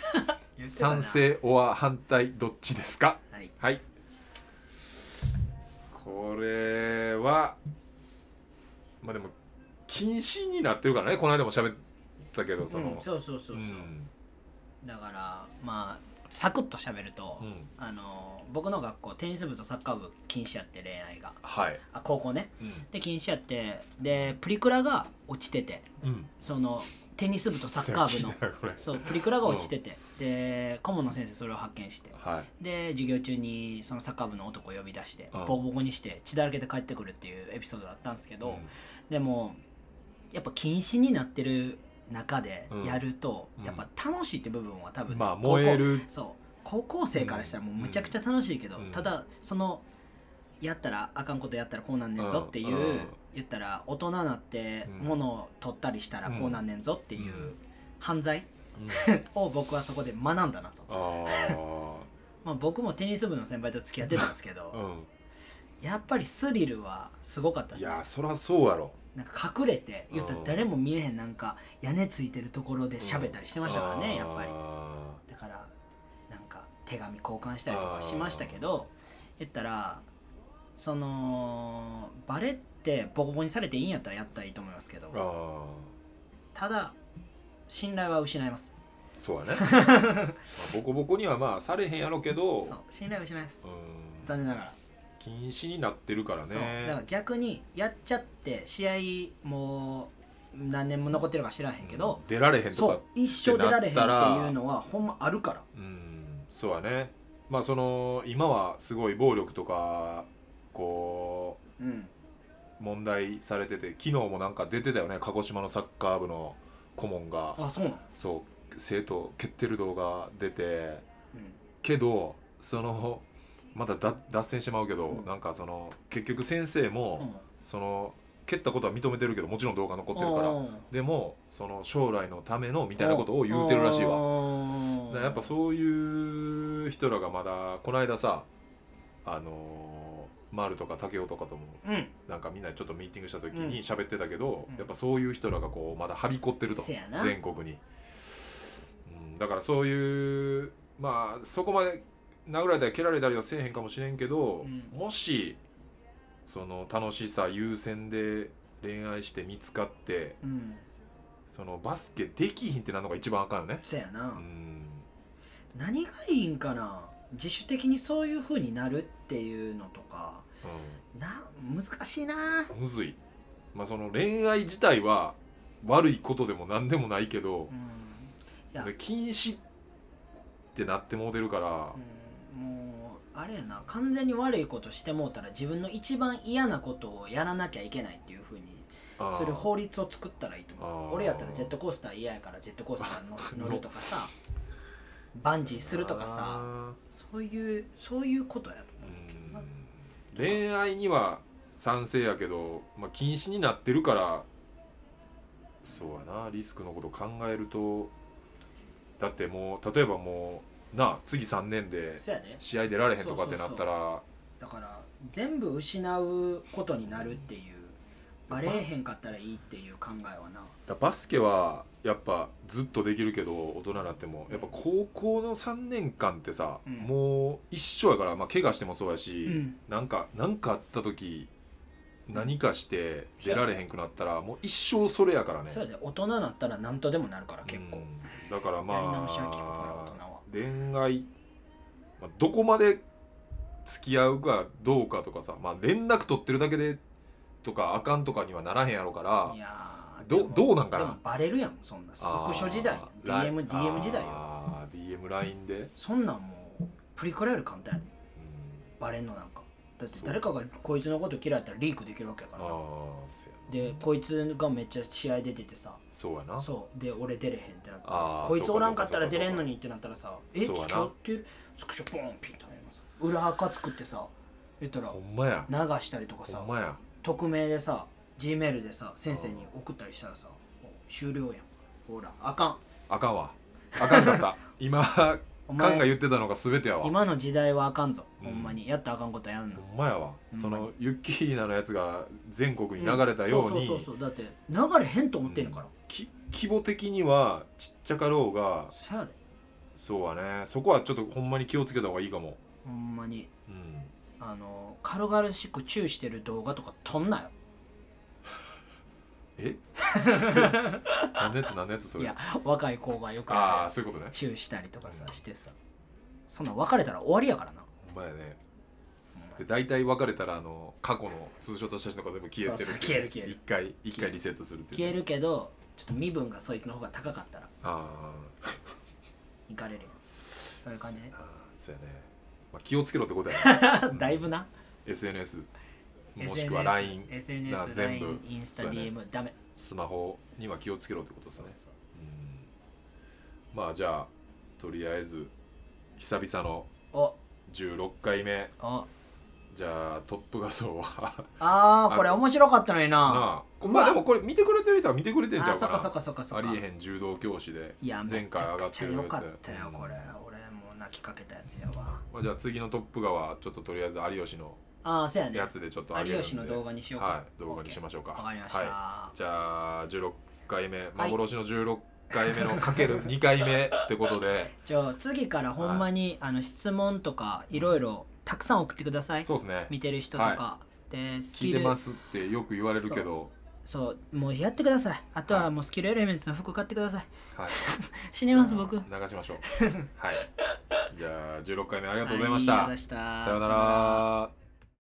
言ってたな賛成オア反対どっちですかはいはいこれはまあでも禁止になってるからねこの間も喋ったけどその、うんそうそうそうそう、うんだからまあサクッと喋ると、うんあの僕の学校テニス部とサッカー部禁止やって恋愛がはい、あ高校ねうんで禁止やってでプリクラが落ちててうん、そのテニス部とサッカー部のそう聞いたこれそうプリクラが落ちててで顧問の先生それを発見してはいで授業中にそのサッカー部の男を呼び出してうんボコボコにして血だらけで帰ってくるっていうエピソードだったんですけど、でもやっぱ禁止になってる中でうんやると、うんやっぱ楽しいって部分は多う分んまあ燃 えるそう高校生からしたらもうむちゃくちゃ楽しいけど、うんただそのやったらあかんことやったらこうなんねんぞっていう、うんうん言ったら大人になってうん物を取ったりしたらこうなんねんぞっていううん犯罪を僕はそこで学んだなと、あまあ、僕もテニス部の先輩と付き合ってたんですけど、あ、うん、やっぱりスリルはすごかったでいすねやそらそうやろなんか隠れて言ったらうん誰も見えへんなんか屋根ついてるところで喋ったりしてましたからね、やっぱりあだからなんか手紙交換したりとかしましたけど言ったらそのバレってボコボコにされていいんやったらやったらいいと思いますけーどあただ信頼は失います ーそうやね、まあ、ボコボコにはまあされへんやろうけどそう信頼は失いますうん残念ながら、禁止になってるからそうだからね逆にやっちゃって試合もう何年も残ってるか知らへんけど、出られへんとそかう一生出られへんっていうのはほんまあるからうんそうやねまあその今はすごい暴力とかこううん問題されてて昨日もなんか出てたよね鹿児島のサッカー部の顧問があそうなの、そう生徒蹴ってる動画出てうんけどそのまただ脱線してまうけど、うんなんかその結局先生も、うんその蹴ったことは認めてるけどもちろん動画残ってるからうんでもその将来のためのみたいなことを言うてるらしいわだからやっぱそういう人らがまだこの間さあのー、丸とか竹雄とかともうんなんかみんなでちょっとミーティングした時うんに喋ってたけど、うんやっぱそういう人らがこうまだはびこってるとせやな全国に、うん、だからそういうまあそこまで殴られたり蹴られたりはせえへんかもしれんけうど、んもしその楽しさ優先で恋愛して見つかってうんそのバスケできひんってなるのが一番あかんよねせやな、うん何がいいんかな自主的にそういう風になるっていうのとかな難しいなうんむずいまあその恋愛自体は悪いことでも何でもないけど、うんいやで禁止ってなってもうてるから、うんもうあれやな完全に悪いことしてもうたら自分の一番嫌なことをやらなきゃいけないっていう風にあーする法律を作ったらいいと思あーう俺やったらジェットコースター嫌やからジェットコースターの乗るとかさバンジーするとかさあそういうそういうことやとー思うけどなうん恋愛には賛成やけど、まあ、禁止になってるからそうやなリスクのこと考えるとだってもう例えばもうなあ次3年でそうやね試合出られへんとかってなったらだから全部失うことになるっていうバレえへんかったらいいっていう考えはなだバスケはやっぱずっとできるけど大人になってもやっぱ高校の3年間ってさ、うんもう一緒やから、まあ、怪我してもそうやうし、なんか何かあった時何かして出られへんくなったらもう一生それやからねそれで大人になったら何とでもなるから結構、うんだからまやり直しは効くからあ恋愛、まあ、どこまで付き合うかどうかとかさ、まあ、連絡取ってるだけでとかあかんとかにはならへんやろからいやーどでもどうなんかなでもバレるやんそんなあー即所時代ラ DMDM 時代よあー DM ラインで、うんそんなんもうプリクラより簡単やでバレんのなんかだって誰かがこいつのこと嫌いやったらリークできるわけやかあらなあそやなでこいつがめっちゃ試合出ててさそうやなそうで俺出れへんってなってあーこいつそうおからそんうかかったら出れんのにってなったらさえっそうやな使ってスクショポーンピンとなります裏垢作ってさ言ったらほんまや流したりとかほさんまや匿名でさ G メールでさ先生に送ったりしたらさもう終了やんほらあかんあかんわあかんかった今おカンが前言ってたのが全てやわ今の時代はあかんぞうんほんまにやったらあかんことやんのほんまやわほんまにそのユッキーナのやつが全国に流れたよそううそうにそうそうだって流れへんと思ってんのからき規模的にはちっちゃかろうがさやでそうはねそこはちょっとほんまに気をつけた方がいいかもほんまにうんあの軽々しくチューしてる動画とか撮んなよえ 何のやつ何のやつそいれやあ若い子がよくやるやあつーそういうことねチューしたりとかさうんしてさそんなん別れたら終わりやからなほんまやねほんまで大体別れたらあの過去のツーショット写真とか全部消えてそるうそうっていうね消える一回一回リセットするっていうね消えるけどちょっと身分がそいつの方が高かったらあー行かれるよそういう感じねあーそうやね、まあ、気をつけろってことや ねだいぶな SNS もしくは LINE SNS な全部 LINE インスタそうやね DM ダメスマホには気をつけろってことですそねうそううんまあじゃあとりあえず久々のお16回目おじゃあトップ画像はあーこれ面白かったのにななあまあでもこれ見てくれてる人は見てくれてんちゃあうそかっかそっなかそっかそあっかりえへん柔道教師でいやめ前ち回ゃ上がくっちてゃるやつ良かったよこれうん俺もう泣きかけたやつやわまあ、じゃあ次のトップ画はちょっととりあえず有吉のああそうやねやつでちょっと上げるん有で吉の動画にしようかはい動画にしましょうかわかりましたはいじゃあ16回目幻の16回目のかけ る2回目ってことでじゃあ次からほんまに、あの質問とかいろいろたくさん送ってくださいそうですね見てる人とか、はでス聞キいてルますってよく言われるけどそうもうやってくださいあとははいもうスキルエレメンツの服買ってくださいはい死にます僕あ流 しましょうはいじゃあ16回目ありがとうございました、ありがとうございましたさようなら